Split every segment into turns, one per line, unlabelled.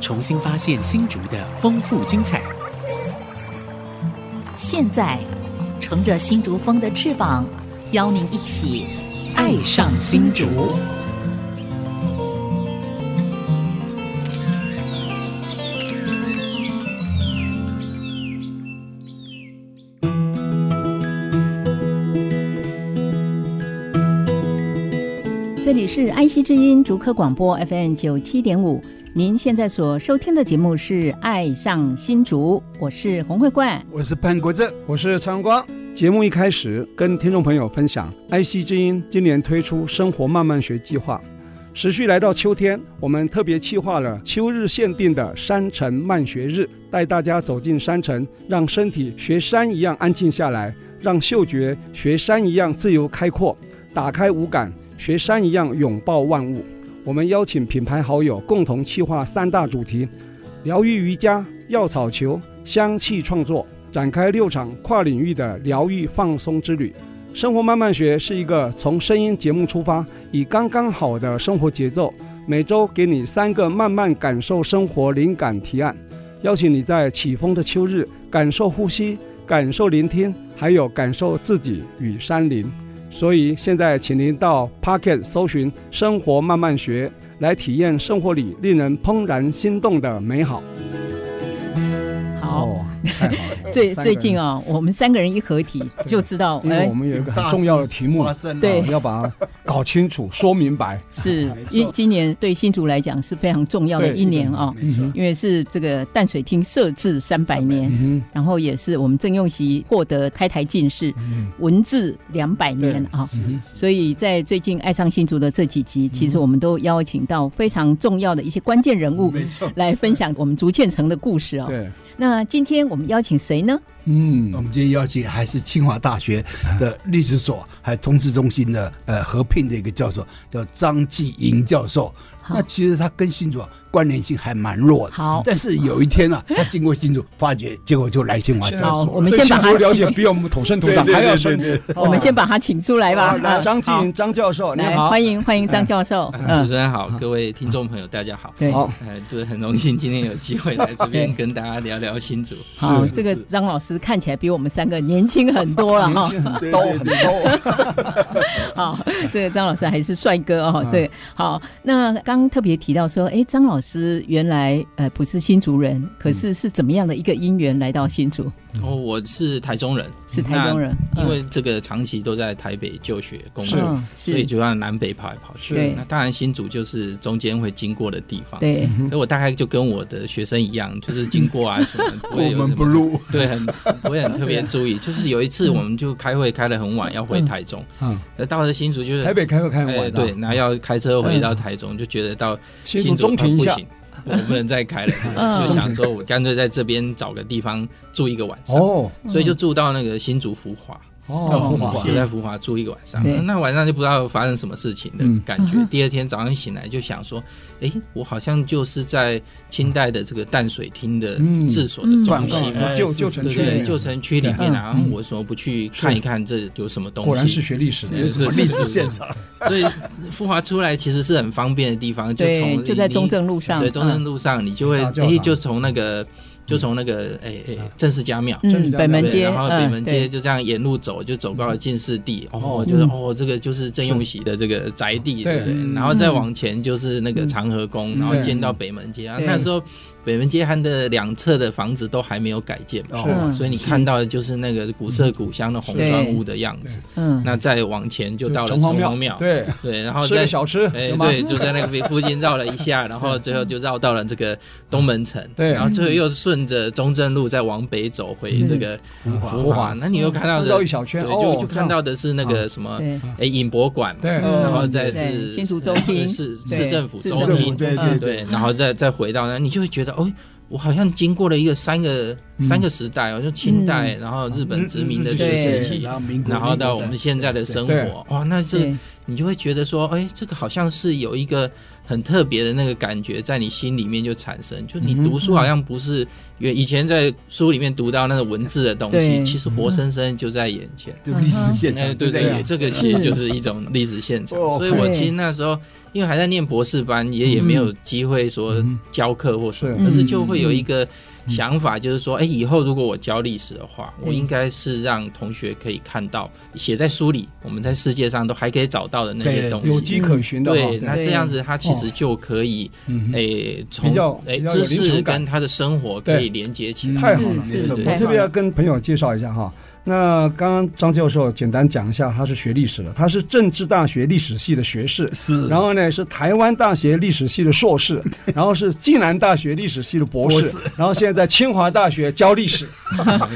重新发现新竹的丰富精彩。
现在，乘着新竹风的翅膀，邀您一起爱上新竹。
这里是安溪之音竹科广播 FM 九七点五，您现在所收听的节目是《爱上新竹》，我是洪慧冠。
我是潘国正，
我是常光。节目一开始跟听众朋友分享，IC 之音今年推出“生活慢慢学”计划，持续来到秋天，我们特别企划了秋日限定的山城慢学日，带大家走进山城，让身体学山一样安静下来，让嗅觉学山一样自由开阔，打开五感，学山一样拥抱万物。我们邀请品牌好友共同企划三大主题：疗愈瑜伽、药草球、香气创作。展开六场跨领域的疗愈放松之旅。生活慢慢学是一个从声音节目出发，以刚刚好的生活节奏，每周给你三个慢慢感受生活灵感提案，邀请你在起风的秋日感受呼吸、感受聆听，还有感受自己与山林。所以现在，请您到 Pocket 搜寻“生活慢慢学”，来体验生活里令人怦然心动的美好。
好，，
哦太好了，
最最近
啊，
哦，我们三个人一合 体就知道，哎
因为我们有一个很重要的题目
大，事发生了
对
哦要把它搞清楚、说明白。
是
没错
因今年对新竹来讲是非常重要的
对
一年啊、
没错，
因为是这个淡水厅设置三百年，
嗯
然后也是我们郑用锡获得开台进士
哼，嗯
文治两百年啊、
嗯
所以在最近《爱上新竹》的这几集，其实我们都邀请到非常重要的一些关键人物
没错。
来分享我们竹堑城的故事
哼
哦。
对，
那今天我们邀请谁呢？
我
嗯，
们今天邀请还是清华大学的历史所还有通识中心的呃合聘的一个教授，叫张继英教授。
好
那其实他跟新竹啊关联性还蛮弱的，
好，
但是有一天 啊，他经过新竹发掘，结果就来清华教
好，
授。
我们先把
嗯
他
对新竹了
请
解，比我们土生土长
对对
还要
对
深
对
入。
我们先把他请出来吧。
好来
啊
张继
好
云张教授，你
来
好，哎
欢迎欢迎张教授。
主
嗯，
持人好，各位听众朋友，大家好。
对，
好，
哎，对，很荣幸今天有机会来这边
对
跟大家聊聊新竹。
好，
是是
这个张老师看起来比我们三个年轻很多
嗯
了哈。
对
都很都，
好，这个张老师还是帅哥
嗯
哦。对，好，那刚刚特别提到说，哎，张老师原来呃不是新竹人，
嗯
可是是怎么样的一个因缘来到新竹？
哦，我是台中人，
是台中人，
那因为这个长期都在台北就学工
嗯
作，
嗯
所以
是，
就让南北跑来跑
对
去。那当然新竹就是中间会经过的地方。
对，
所以我大概就跟我的学生一样，就是经过啊什么，不 会
我
有
们
什
不
么
录，
对，很我也很特别注意。就是有一次我们就开会开得很晚，要回台中，
嗯，
那到了新竹就是
台北开会开很
啊
哎
晚的，
对，然后要开车回到台中，就觉得到
新竹
新竹
中庭一下
啊不行，我不能再开
嗯
了，就想说我干脆在这边找个地方住一个晚上，
哦
所以就住到那个新竹福华，
嗯
哦，
福华
就在福华住一个晚上
对。
那晚上就不知道发生什么事情的
嗯
感觉
嗯哼，
第二天早上醒来就想说，哎，我好像就是在清代的这个淡水厅的
嗯
治所的
转
中
过
心
来。
哎
旧
是
旧城
是
区
是
里
对，
面，
旧城区里面啊，
嗯嗯
我为什么不去看一看这有什么东西？
果然是学历史的，
是
什么历史现场？
所以富华出来其实是很方便的地方， 就
对，
从
就在
你
中正路上，嗯
对中正
路，
路上，你就会
大教堂嗯
哎，就从那个就从那个哎哎郑氏家庙。
正
嗯，
向
北门
对
街，
然后北门
嗯，
街
对，
就这样沿路走，就走到了进士第，哦，
嗯
就是哦，这个就是郑用喜的这个宅地，
对
对不对？
嗯
然后再往前就是那个长和宫，然后
对
建到北门街啊。
嗯对
那时候北门街它的两侧的房子都还没有改建，
嗯
所以你看到的就是那个古
嗯
色古香的红砖
对
屋的样子。
嗯，
那再往前就到了
城
城
隍
隍庙，
对，
对，然后
吃个
再
小吃，
哎，
有吗
对，就在那个附近绕了一下，然后最后就绕到了这个东门城，
对
然后最后又顺顺着中正路再往北走回
是
这个
浮
嗯
福华，那你又看到
绕
的
一小圈，
对，
哦，
就就看
这样
到的是那个什么，
对，
哎，影博馆嘛，
对
嗯
然后再
对
是
新竹州厅
市
对
市政府
市
州
政府
厅，
对
嗯
对
对，然后再再回到那，你就会觉得哦。我好像经过了一个三个三个时代哦，就清代，然后日本殖民的
嗯
学时
对
期，
然后民国，
然后到我们现在的生
对
活，哇，那这
对，
你就会觉得说，哎，这个好像是有一个很特别的那个感觉在你心里面就产生。就你读书好像不是原以前在书里面读到那个文字的东
对
西，其实活生生就在眼前。
就历史现
那
场，
嗯哎对
就在
对，
眼
也
前
这个其实就是一种历史现场。
哦
所以我
对
其实那时候因为还在念博士班，也也没有机会说教课或什么，
是
可是就会有一个想法，就是说，哎，以后如果我教历史的话，
对
我应该是让同学可以看到写在书里，我们在世界上都还可以找到的那些
对
东
有
西。
迹可循的哈
对，，那这样子，他其实就可以，哎
嗯哼
诶，
比
从
较
诶
比较有
知
临场
识
感
哎跟他的生活可以连接起来。
太好了，
是
没
是
错，
对
太
我特
好
别要
了
跟朋友介绍一下哈。那刚刚张教授简单讲一下，他是学历史的，他是政治大学历史系的学士，
是，
然后呢是台湾大学历史系的硕 士，然后是暨南大学历史系的博
博
士，然后现在在清华大学教历史，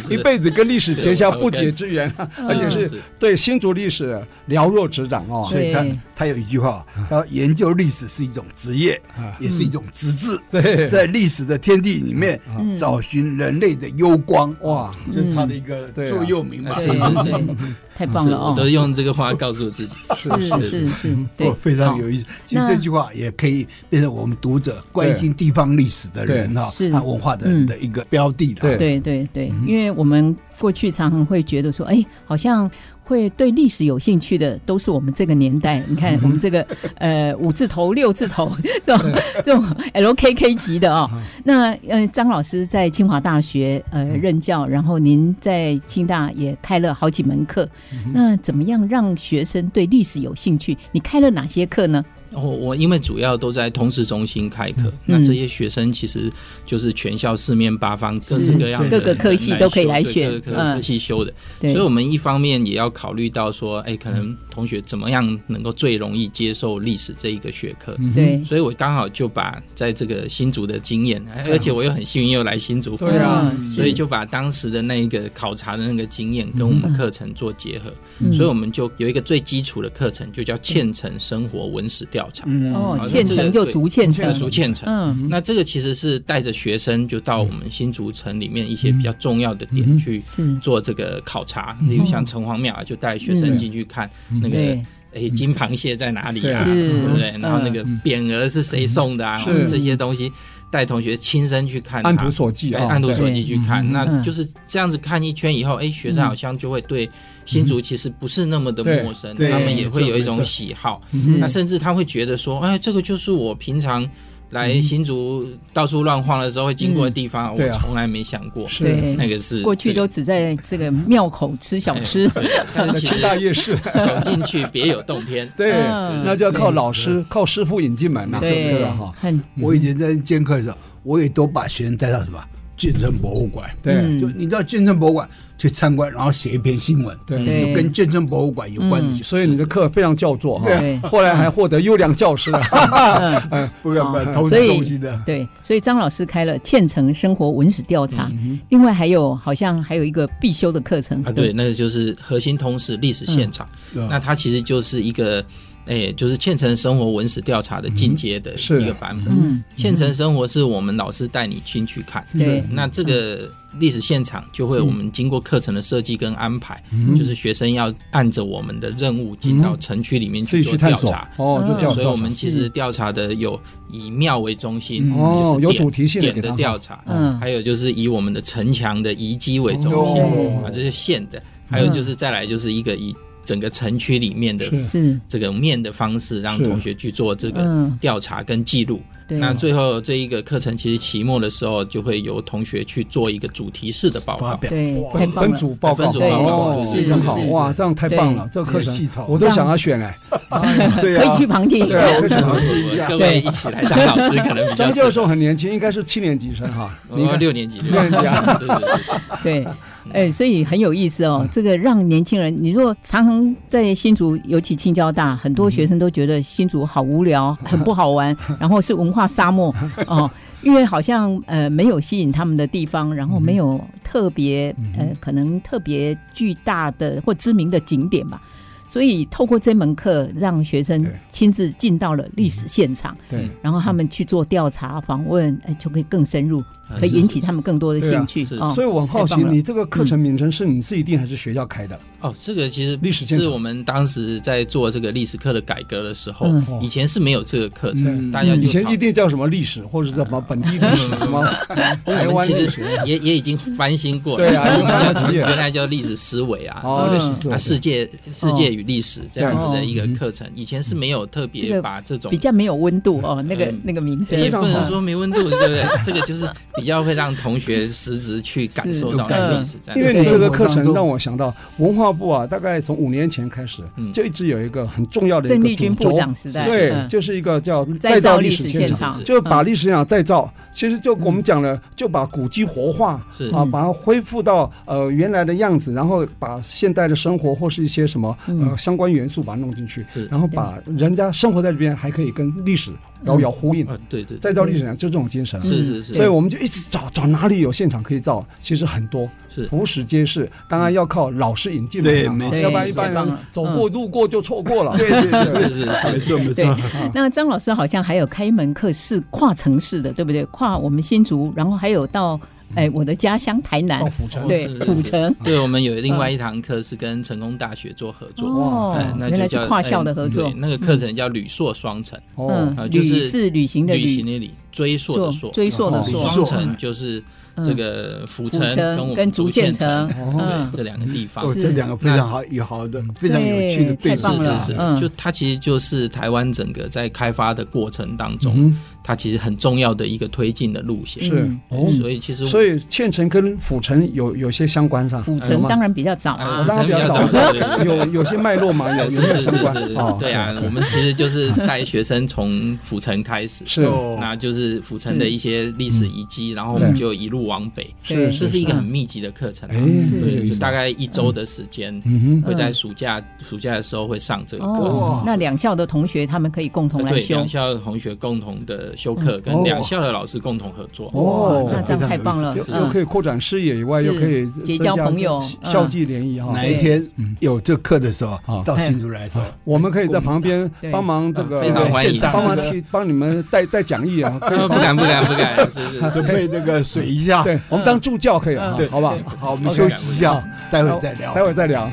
是
一辈子跟历史结下不解之缘，啊而且
是
是对新竹历史了若指掌哦。
所以他
对
他有一句话，他说研究历史是一种职业
啊，嗯
也是一种职志，
对，
在历史的天地里面
嗯
找寻人类的幽光，
哇，
这是他的一个座右铭嘛。
哎
是是是
对， 太棒了
我都
哦，
用这个话告诉自己。
是是是，对
哦，，非常有意思。其实
那
这句话也可以变成我们读者关心地方历史的人哈
是，
和文化的人
嗯
的一个标的了。
对
对嗯对对，
嗯
因为我们过去常常会觉得说，哎，好像会对历史有兴趣的都是我们这个年代。你 看我们这个呃五字头、六字头 这种这 种 LKK 级的哦。
啊
那呃，张老师在清华大学呃
嗯
任教，然后您在清大也开了好几门课。
嗯
那怎么样让学生对历史有兴趣？你开了哪些课呢？
我我因为主要都在通识中心开
嗯
课，那这些学生其实就是全校四面八方各式各样的
各个科系都可以来
对
选
各个科
嗯
科系修的。
对嗯
所以，我们一方面也要考虑到说，哎，可能同学怎么样能够最容易接受历史这一个学科。
对，
所以我刚好就把在这个新竹的经验，哎而且我又很幸运又来新竹服务
对啊
嗯
所以就把当时的那一个考察的那个经验跟我们课程做结合，
嗯
所以我们就有一个最基础的课程，就叫虔诚生活文史调查，
嗯
哦，
好
虔
这
诚
个
就
对
逐虔
那
诚，
竹虔诚。
嗯，
那这个其实是带着学生就到我们新竹城里面一些比较重要的点去
嗯是，嗯
做这个考察，例如像城隍庙啊，就带学生进去看嗯那个
对，
诶金螃蟹在哪里啊，
对嗯是
对不对？
嗯
然后那个匾额是谁送的啊？
是
我们这些东西带同学亲身去看它，
按图索骥
对，
啊，
按图
对
索骥去看，
嗯
那就是这样子看一圈以后，哎，学生好像就会对新竹其实不是那么的陌生，
对对
他们也会有一
没
种
错
喜好，
是
那甚至他会觉得说，哎，这个就是我平常来新竹到处乱晃的时候会经过的地方，
对
我
啊
从来没想过
是
对，
那个是
过去
这
都
个
只在这个庙口吃小吃，
哎对但 是其
清
实
大夜市，。
走进去别有洞天
对，
嗯
那就要靠老师、靠师傅引进门了，
对，
吧？哈，
很
我以前在兼课的时候，我也都把学生带到什么建成博物馆，
对
嗯
就你到建成博物馆去参观，然后写一篇新闻，
对。
对，
就跟建成博物馆有关的
嗯
写。
所以你的课非常叫座哈，
对
后来还获得优良 教师的，啊
嗯
不要不要，偷
所
吃
以
东西的。
对，所以张老师开了虔诚生活文史调查，另外还有好像还有一个必修的课程
啊，对，，那个就是核心通识历史现场，
嗯
那它其实就是一个，哎、就是《倩城生活文史调查》的进阶的
是
一个版本。
嗯，
倩城生活是我们老师带你进去看，
对，
嗯
那这个历史现场就会
是
我们经过课程的设计跟安排，
嗯
就是学生要按着我们的任务进到城区里面
自己
去
去
做
探
调
索
查。
哦，就
嗯
调
所以我们
查。
其实调查的有以庙为中心，
嗯哦
就是
有
点
主题性的
点
给他
的
哈
调查，
嗯
还有就是以我们的城墙的遗迹为中心、
哦
啊，这是县的，还有就是再来就是一个以整个城区里面的
是
是，
这个面的方式，让
是
同学去做这个
嗯，
调查跟记录。
对，
那最后这一个课程其实期末的时候就会由同学去做一个主题式的报
发
告。
表
对，太
分
棒
分
了，
组报告，
分组报告
哦，
对
非常好
是是是
哇，这样太棒了，这个课
有
程
系统
我都想要选哎。
对
可以去旁听，
对啊，为什么？
我我各位一起来当老师可能比较
张
适合
教授很年轻，应该是七年级生 哈，
我
你看
六年级，
六年级啊
是是是是
对，
嗯
哎，所以很有意思哦。这个让年轻人，你如果常常在新竹，尤其青交大，很多学生都觉得新竹好无聊，很不好玩，然后是文化化沙漠哦，因为好像呃没有吸引他们的地方，然后没有特别、呃可能特别巨大的或知名的景点吧。所以透过这门课，让学生
对嗯
亲自进到了历史现场，
对
然后他们去做调查访问，哎、就可以更深入，可以引起他们更多的兴趣
是是
哦。
所以我很好
太
奇，
棒了嗯
你这个课程名称是你自己定还是学校开的？
哦，这个其实
历史现场
是我们当时在做这个历史课的改革的时候，
嗯
以前是没有这个课程，
嗯
大家就
以前
讨
一定叫什么历史，或者是什么本地历史，什么台
我们
湾
其
历
实
史，
也也已经翻新过了，
对啊
我们
有
叫
专业
原来叫历史思维啊，
哦，历史
嗯
啊，
是
世界世界与历史这样子的一个
嗯
课程，以前是没有特
这个
别把这种
比较没有温度哦，那个、
嗯
那个名字
也
常
不能
好
说没温度，对不对？这个就是比较会让同学实质去感受到
是
那个历史这样
因
子。
为你这个课
生活当
程
中
让我想到文化部啊，大概从五年前开始
嗯
就一直有一个很重要的一
郑
个
丽君
主轴
部长时代
对，
嗯
就是一个叫
再造历
历
史
史
现
场，
场，
就是把
嗯
历史现场再造。其实就我们讲了，就把古迹活化。
是
啊，
嗯
把它恢复到呃原来的样子，然后把现代的生活或是一些什么
嗯
呃相关元素把它弄进去
是，
然后把人家生活在这边还可以跟历史遥遥呼应，
嗯
啊，对对，
再造历史呢就这种精神啊。
是是是，
所以我们就一直找找哪里有现场可以造，其实很多，
是
服饰街市，当然要靠老师引进
对
门
没
啊，
错
要不然
对
一般
太棒
人
了
走过路过就错过了。
对对对，
是是
没
是，
错没
对
错，，
那张老师好像还有开一门课是跨城市的，对不对？跨我们新竹，然后还有到哎我的家乡台南
到，府城，
对
是是
古城。
对我们有另外一堂课是跟成功大学做合作。
哦
哎，那
原
就
来是
叫哎
跨校的合作
对，那个课程叫旅硕双城，
哦
嗯，
啊就
旅
是
是旅行的
旅行
旅，
的旅，追溯的溯，
追溯的
哦
旅
溯，
双城就是
嗯
这个府
古
城跟我
城
们
跟
竹
竹堑
堑
城，嗯
对这两个地方
哦，。这两个非常好，有好的，非常有趣
对
的对
太
比
棒了
是是
是是
嗯，
就它其实就是台湾整个在开发的过程当中，
嗯
它其实很重要的一个推进的路线。哎
是
嗯
哦，
所以其实
所以县城跟府城有有些相关上，
古
有
城
吗
当然比较早
啊，
啊，
大家比较早
早
有有些脉络嘛，有有
是
没有
是是
相关
是
哦，，
对啊，我们其实就是带学生从府城开始，
是
那就是府城的一些历史遗
嗯
迹，然后我们就一路往北，
对
是
这是一个很密集的课程啊，对，就大概一周的时间
哎嗯
会在暑假暑假的时候会上这个课程。
哎嗯
哦，那两校的同学他们可以共同来
哎对，
修
两，校的同学共同的修课，
哦
跟两校的老师共同合作。
哦
那这样太棒了
哼，又
嗯
又可以扩展视野以外，
是
又可以
结交
增加
朋友嗯
校际联谊哈。
哪一天有这课的时候
嗯，
到新竹来的时候，
我们可以在旁边
对
帮忙这个，
非常欢迎
现场
帮忙替帮你们带带讲义 啊，可以
呃 不敢不敢不 敢，是是是
准备那个水一下。
对我们当助教可以啊
对，
好不好？
好，我们休息一下，待会再聊。
待会儿再聊。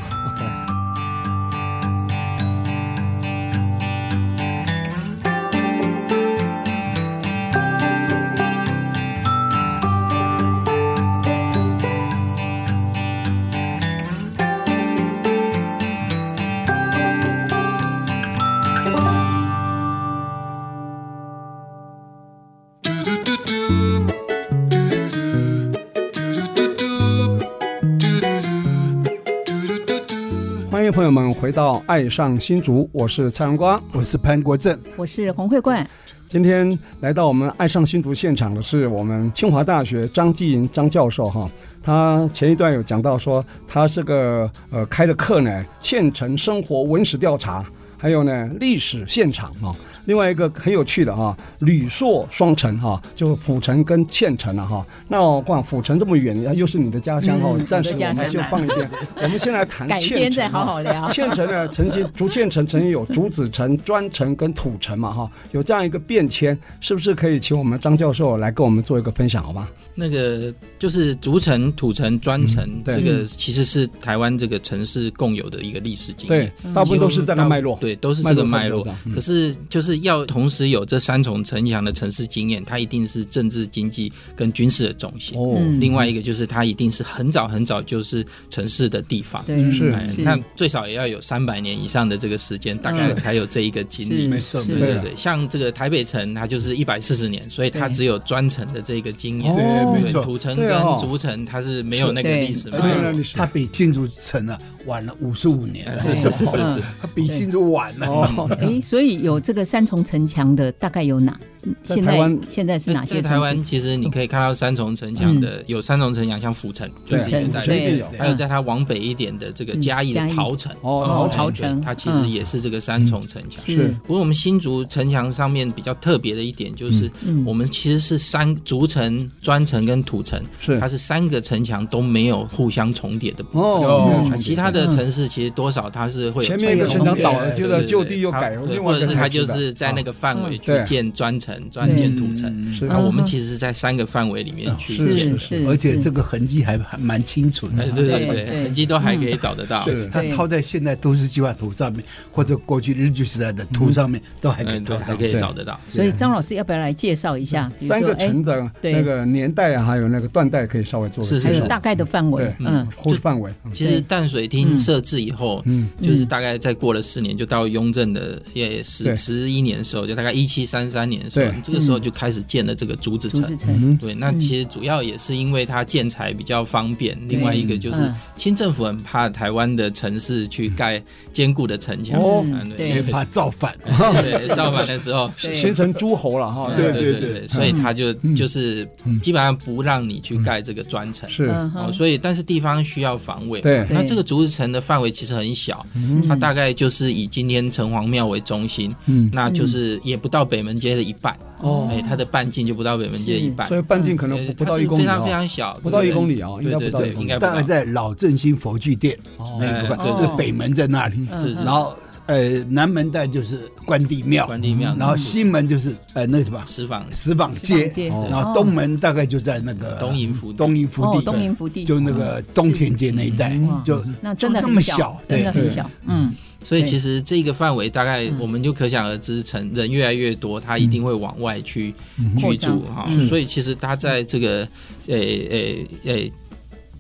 欢迎朋友们回到《爱上新竹》，我是蔡荣光。
我是潘国正，
我是洪慧冠，
今天来到我们爱上新竹现场的是我们清华大学张继银张教授哈，他前一段有讲到说他这个呃开的课呢，县城生活文史调查，还有呢历史现场啊、另外一个很有趣的哈，旅硕双城哈、就府城跟县城啊哈。那我逛府城这么远，又是你的家乡哈，
嗯
暂时
我的
我
家
们
乡
就放一边。我们先来
嗯
谈
改天
县城
再好
哈
好聊。
县城呢，曾经竹堑城曾经有竹子城、砖城跟土城嘛，哈，有这样一个变迁，是不是可以请我们张教授来跟我们做一个分享，好吗？
那个就是竹城、土城、砖城
嗯，对
这个其实是台湾这个城市共有的一个历史经
对
验，，
大部分都是这样的脉络，
对，都是这个脉络
差。不多这
可
样
是就是要同时有这三重城墙的城市经验，它一定是政治、经济跟军事的重心。
嗯
嗯
另外一个就是它一定是很早很早就是城市的地方。
对，
嗯
是
哎
是
那最少也要有三百年以上的这个时间，大概才有这一个经历。
没
错
对
没错
对对，像这个台北城，它就是一百四十年，所以它
对
只有砖城的这个经验。
哦
对，没
对
错，
土城
对
跟
哦
竹城它是没有那个
是
历史
对
嘛
而。且
那
呢
历史，
它比新竹城呢晚了五十五年
哎，
对
是是是是
嗯
是，
它比新竹晚了。
哦，
哎，所以有这个三重城墙的大概有哪
在
现
台湾
在现在是哪
在
些？
台湾，其实你可以看到三重城墙
嗯
的，有三重城墙，像府城就是一
对
嗯
个
府
在
城
内，
一定有
还有在它往北一点的这个嘉义的
嗯嘉义
桃城，
哦，
桃
对
城嗯
它其实也是这个三重城
嗯
墙。
是
不过我们新竹城墙上面比较特别的一点就是，
嗯
我们其实是三竹城、砖城跟土城，
是
它是三个城墙都没有互相重叠的部分。
哦
有
啊其他的城市其实多少它是会有
前面一个
重
城
叠的
墙倒了，
对
接
对
着
对
就地又
它
改，
对
另外
或
一个
者是它
才
就
知道
是在那个范围去
嗯对
建砖城、砖建土城。
嗯是
那
嗯
我们其实是在三个范围里面
哦
去
是
建
是
的，
是，
而且
是
这个痕迹还还蛮清楚
哎
的。啊
对对
对
对，
对
痕迹都还可以找得到。
是
它
对
套在现在都市计划图上面，或者过去日据时代的图上面，都还可以
嗯，
套
对，还
上
可。以找得到。
所以张老师要不要来介绍一下？比如
嗯三
说
个
哎
城的
对
那个年代啊，还有那个断代，可以稍微做个
是
还
介
有
绍。
大概的范围
对，，
嗯，
后范围，嗯
其实淡水厅设置以后，
嗯
就是大概再过了四年，就到雍正的也十
对
十一年的时候，就大概一七三三年的时候
对，
这个时候就开始建了这个竹子
竹子
城。
嗯
城，
哼
对，那其实主要也是因为它建材比较方便，另外一个就是
嗯
清政府很怕台湾的城市去盖坚固的城墙，
哦
嗯
对
也
对
怕造反，
对，造反的时候，
对
形成诸侯了哈，
对
对
对
对，所以他就就是基本上不让你去盖这个砖城。
是
嗯
哦，
哼，
所以但是地方需要防卫嘛，
对
那这个竹子城的范围其实很小，它大概就是以今天城隍庙为中心，
嗯
那就是也不到北门街的一半，
哦，
哎，它的半径就不到北门街的一半，
所以半径可能
呃
不不
它
到
是
一公里
非常非
哦，
常小，
不到
对
一公
对
里哦，应
对
该不
对
到一
对，
公
应
里
该，不
大概
到。
在老振兴佛具店
哦
那个吧
哎对
那北门在那里，
嗯
是是
然后呃南门带就是关帝庙，
关帝嗯庙，
然后西门就是呃那个什么
石坊
石坊
上
街，
街
哦
然后东门大概就在那个
东营府
东营
哦
福，
东
地，
营福地，嗯
就那个东田街那一带
嗯
哇，
就
那真的
就
很
那么
小
小，
真的
对
很小，嗯，
所以
对嗯
其实这个范围大概我们就可想而知，城人越来越多，他一定会往外去居住
扩张
哈、
嗯
所以其实他在这个诶诶诶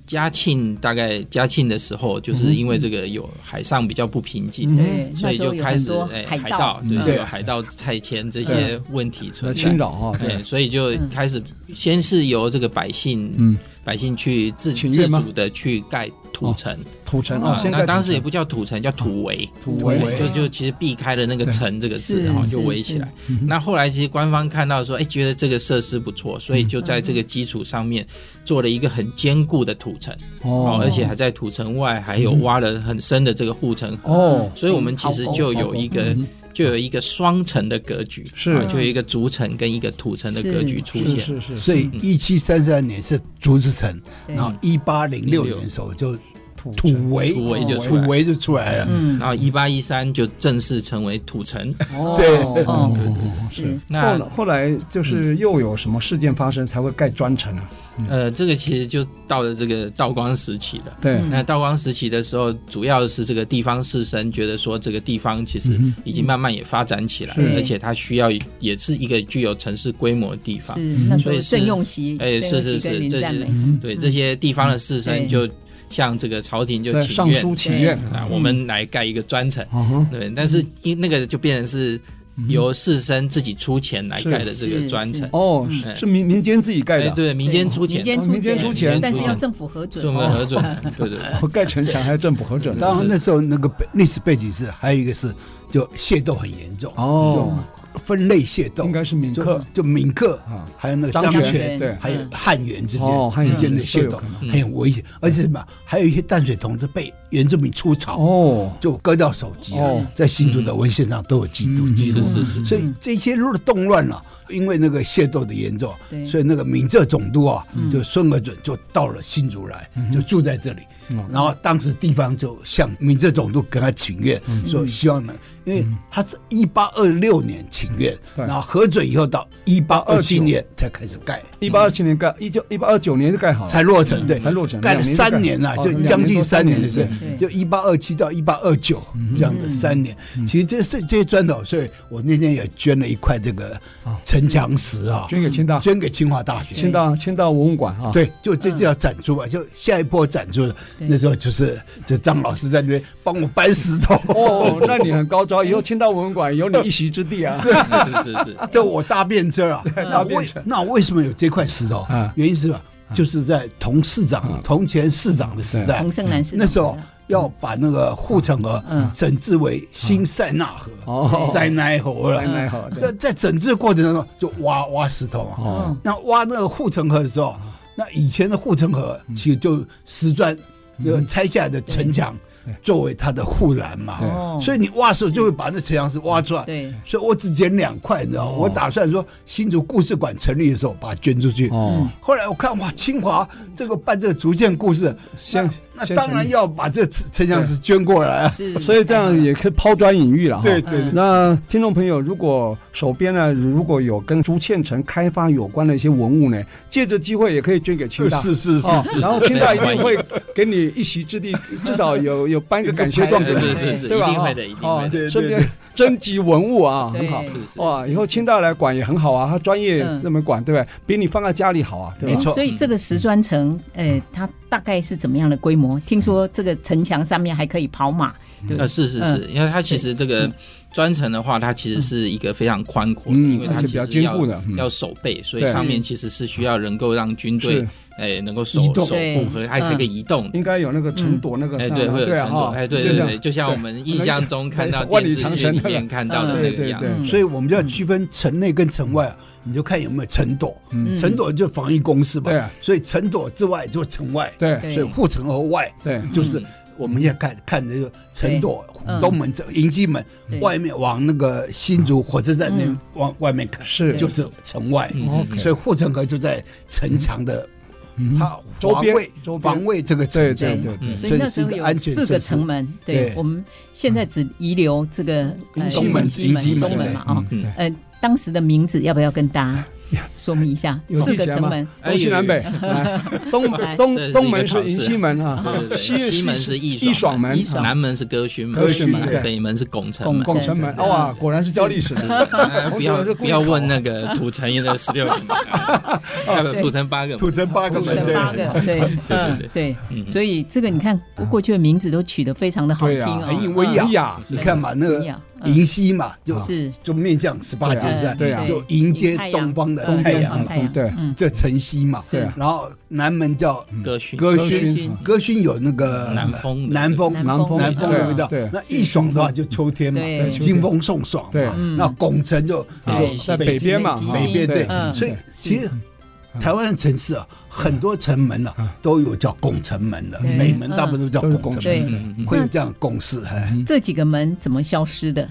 嘉庆大概嘉庆的时候，就是因为这个有海上比较不平静。
嗯
对，
所
那
以
时候
就
有
开
很
始
多
诶
海
海盗，对，
对
有海盗拆迁这些问题存
呃
在
侵，扰哈，
哎，
对，
所以就
嗯
开始先是由这个百姓，
嗯
百姓去自
请
自
愿吗
主的去盖土
哦
城，
土城
啊
啊，现在
那当时也不叫土城，叫土围，
土
围
围，
就就其实避开了那个“城”这个字，
是
然后
是
就围起来。
嗯
那后来其实官方看到说，哎，觉得这个设施不错，所以
嗯
就在这个基础上面做了一个很坚固的土城，哦，而且还在土城外还有挖了很深的这个护城河。
哦，嗯
所以我们其实就有一个就有一个双城的格局，
是
啊就有一个竹城跟一个土城的格局出
是
现。
是是
所以一七三三年是竹子城，
对
然后一八零六年的时候就
土
土围，
土围就出
土
来，
围就出来了。
嗯，
然后一八一三就正式成为土 城。
对
哦
是
那
后来后来就是又有什么事件发生才会盖砖城啊？
呃，这个其实就到了这个道光时期了。
对，
那道光时期的时候，主要是这个地方士绅觉得说，这个地方其实已经慢慢也发展起来了，
嗯是
而且它需要也是一个具有城市规模的地方。
是，那时
嗯所
候
以是
郑用锡，
哎
郑用
是是
锡跟
是
林
这
占
是
美，
嗯
嗯
对这些地方的士
对
绅，就向这个朝廷就
在
请
上
愿
书嗯请愿
啊，我们来盖一个专城。
嗯哼
对，但是因那个就变成是
嗯
由士绅自己出钱来盖的这
是是
个专城。
哦，
哎
是是民民间自己盖
哎，
的，
对，民间出钱
民，间
哦民间出钱
但是要
出钱
政府核准，
这么
哦
核准，对对对。
我哦盖城墙还要政府核准。
当然那时候那个背历史背景是，还有一个是就械斗很严重，
哦，
就分类械斗
应，该是闽
就
客
就闽客
啊，
还有那个
张
张
权
权，
对
还有
嗯
汉元之间
哦汉元
之间的
之间
械
都有
斗
可能
很危险，而且什么，还有一些淡水同志被原住民出草，
哦，
就割掉手机
哦
啊，在新竹的文献上都有记录
嗯
记录
是，是是，
所以这些如果动乱了。因为那个械斗的严重
对，
所以那个闽浙总督啊
嗯，
就孙尔准就到了新竹来，就住在这里。然后当时地方就向闽浙总督跟他请愿，说希望能，因为他是一八二六年请愿，
对
然后核准以后到一八二七年才开始盖，
一八二七年盖，一九一八二九年就盖好了，
才落成，对，
嗯才落成
盖了三年啊，
两
就
年多
将近三年的事
对嗯
对，
就一八二七到一八二九这样的三年。其实这是这些砖头，所以我那天也捐了一块这个
啊
城墙石啊，
捐给清大，
捐给清华大学。
清大清大文物馆啊。，
对，就这就要展出啊，就下一波展出。
对
那时候就是就张老师在那边帮我搬石头。
哦，那你很高招，以后清大文物馆有你一席之地 啊。
是是是。
这我搭便车啊，那
搭便
为
车
那为什么有这块石头
啊？
原因是吧？就是在童市长、童前市长的时代
洪，胜男士
那时候要把那个护城河
嗯
整治为新塞纳河、
哦
塞奈河
塞
了。
奈河
在
对
在整治过程当中，就挖挖石头啊。
哦嗯
那挖那个护城河的时候，那以前的护城河其实就石砖那个拆下来的城墙
嗯对
作为它的护栏嘛。
对
哦
所以你挖的时候就会把那城墙是挖出来。
对
所以我只捡两块，你知道
哦
吗，我打算说新竹故事馆成立的时候把它捐出去。
哦，
后来我看哇，清华这个办这个竹建故事，
先
那
先
当
成
然
立
要把这城城墙是捐过
哦
来啊。
是，
所以这样也可以抛砖引玉了 哈。
对对对，
那听众朋友，如果手边呢，如果有跟竹堑城开发有关的一些文物呢，借着机会也可以捐给清大。
是是
哦
是是，
然后清大一定会给你一席之地，至少有有颁个感谢状给
是
你，
是是是，一
对吧？
定
哈
会的，一定
哦
会，的。
对
顺
对
便征集文物啊，很好
对。
是是
哇，以后清大来管也很好啊，他专业
嗯
这么管，对不对？比你放在家里好啊，对
没
吧？
错
所以这个石砖城，呃，它大概是怎么样的规模？听说这个城墙上面还可以跑马，对不对？
呃，是是
嗯
是，因为它其实这个专程的话，它其实是一个非常宽阔的，
嗯
因为它
而且比
其
较
实
坚
要
固的嗯
要守备，所以
对
上面其实是需要能够让军队
是
哎能够守
移动
守护和还有这个移动。
应该有那个城垛那个
哎，
上
对，
啊
会有
对啊
程度，
哈，
哎，对
就
对
像
对，就像我们印象中看到
对万
电
里
视
长
剧
城
里
那个啊
面看到的
对
那个
对
样
对
嗯
子，
所以我们就要区分城内跟城外，啊你就看有没有城垛，
嗯
城垛就防疫公司嘛
对啊，
所以城垛之外就城外，
对
对
所以护城河外
对
就是我们现在看看这个城垛
嗯
东门这迎西门
对
外面往那个新竹火车站那
嗯
往外面看，
是
就是城外，
嗯
哦
嗯嗯
所以护城河就在城墙的它
周边
防卫
周边
防卫这个
对
城墙
对对
嘛，
对。
嗯所以那时候
所以是一
有
个安全
四个
设施
城门，对
对
我们现在只遗留这个呃
东门
迎西门、
迎西门
东门嘛，哦，
嗯
对
呃，当时的名字要不要跟大家说明一下？
有
四
记
个
起来
城
吗
门，
哎
东西南北，来东
来
这是
东
一个
东门是
考试
迎西门啊
对对，对西门是
易
易
爽
爽
门
易，爽
啊
南门是歌勋
歌勋
门
门，
北门是拱辰
拱
门，
拱辰门，
对
哇，果然是教历史的。
哎
我
不
觉得
要
是故意哦
不要
考
问那个土城的十六 个门，哎不土城八个
土
门，
城八个
土
门
城
对
八个，对，嗯，对，
嗯
所以这个你看过去的名字都取得非常的好
对
听
啊
哦，
很文雅
文雅
你看嘛，那
文
个
雅嗯
迎西嘛，就
嗯是
就面向十八
对
节
啊
山，
对啊
就迎接东方的太
东
阳
方
嘛，
太阳，
对
嗯，
这城西嘛，
对啊
然后南门叫
嗯
歌勋
歌
歌
勋
勋，
歌勋有那个
南风的
南风
南
嗯南风
南风的味道
对啊。对
那一爽的话就秋天嘛
对，
金风送爽嘛。
对
嗯
那拱辰就
啊
就
在北边嘛，
北
啊
北边对
嗯，
所以其实台湾的城市啊，很多城门
嗯
啊都有叫拱辰门的，
对
北门大部分都叫
都是
拱
拱
辰
对
门，
嗯嗯嗯
会有这样共识。哎
这几个门怎么消失的？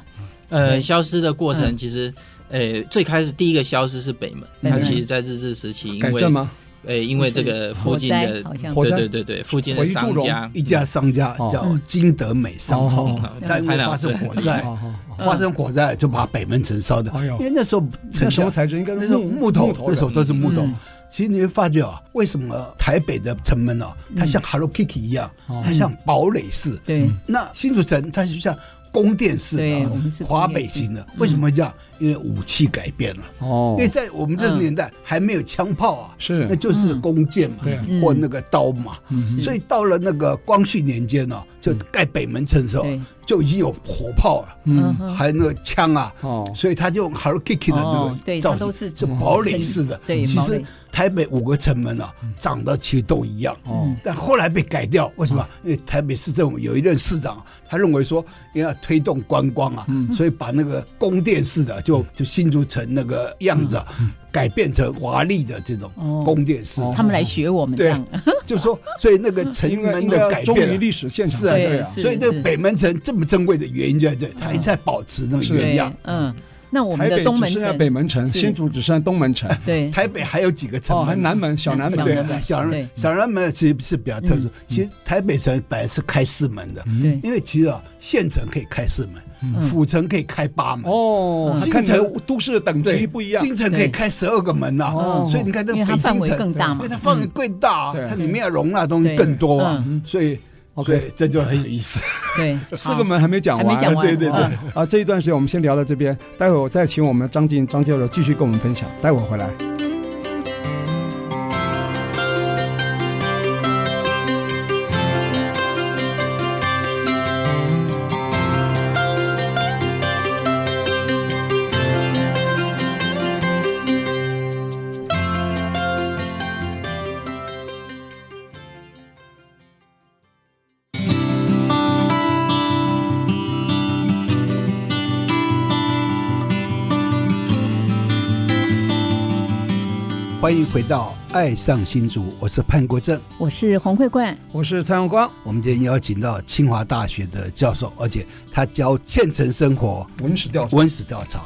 呃，
对
消失的过程
嗯
其实，呃，最开始第一个消失是北门，
北
它
门
其实在日治时期，因
改正
为
吗？
呃，因为这个附近
火灾
的
好像，
火
对
灾
对对对，附近的
回忆
商
祝融
家，
一家商家
哦
叫金德美商号，
哦，
啊
它因为
拍两
发生
次
火灾，
哦哦
发生火灾就把北门城烧掉。
哎呦
因为那时候
那
城
什
墙
么材质？应该
那
是
时候
木
木头
木，头
那时候
的。
都是木头
嗯。
其实你会发觉啊，为什么台北的城门哦，它像 Hello Kitty 一样，
哦
它像堡垒式；
对
那新竹城它就像宫殿式
对，我
的，
们是
华北型的。为什么这样？因为武器改变了，
哦
因为在我们这个年代还没有枪炮啊，
是
那就是弓箭嘛
对，
嗯
或那个刀嘛。
嗯
所以到了那个光绪年间呢，就盖北门城的时候
对，
就已经有火炮了，
嗯
嗯
还有那个枪啊，
哦
所以他就用 Hello Kitty 的那
哦对
个造
它
型，
都是
就堡垒式的。
对
其
堡
实
垒
台北五个城门啊，长得其实都一样。
哦
但后来被改掉，为什么？因为台北市政府有一任市长，他认为说要推动观光啊，所以把那个宫殿式的就就新竹城那个样子啊，改变成华丽的这种
哦
宫殿式的，
他们来学我们这
对啊
样，
就说所以那个城
应该
门
应该
的
要
改
忠于
变啊。
历史现场
是啊
才对
是
啊
啊，
是
所以这个北门城这么珍贵的原因就在这里，它一直在保持那个原
对
样。，
嗯，那我们
台
的
北
东
只
门
剩下北
城，
门城，
是
新竹只剩下东门城，
对，
台北还有几个城
哦，
门？
还南门小南门嗯
小
对
南
对
门，嗯
小
对
人小人门其实是比较特殊。其实台北城本来是开四门的，
嗯
对，
因为其实啊，县城可以开四门，
嗯
府城可以开八门。
哦，
嗯京
看你的
城
都市的等级
对，
不一样，
京城可以开十二个门呐、
哦
所以你看这
因为
北
它范
京
围
城，
更大
因
嘛
为，它范围更大、啊
嗯，
它里面要容纳的东西更多啊，所以所
OK 哎
以这就很有意思。
对，
四个门还没讲
还
完，
没讲完，
对对对
嗯
啊，这一段时间我们先聊到这边，待会儿我再请我们张静张教授继续跟我们分享，待会儿回来。
欢迎回到《爱上新竹》，我是潘国正。
我是洪慧冠，
我是蔡永光，
我们今天邀请到清华大学的教授，而且他教县城生活
文史调查。
哦温室调查。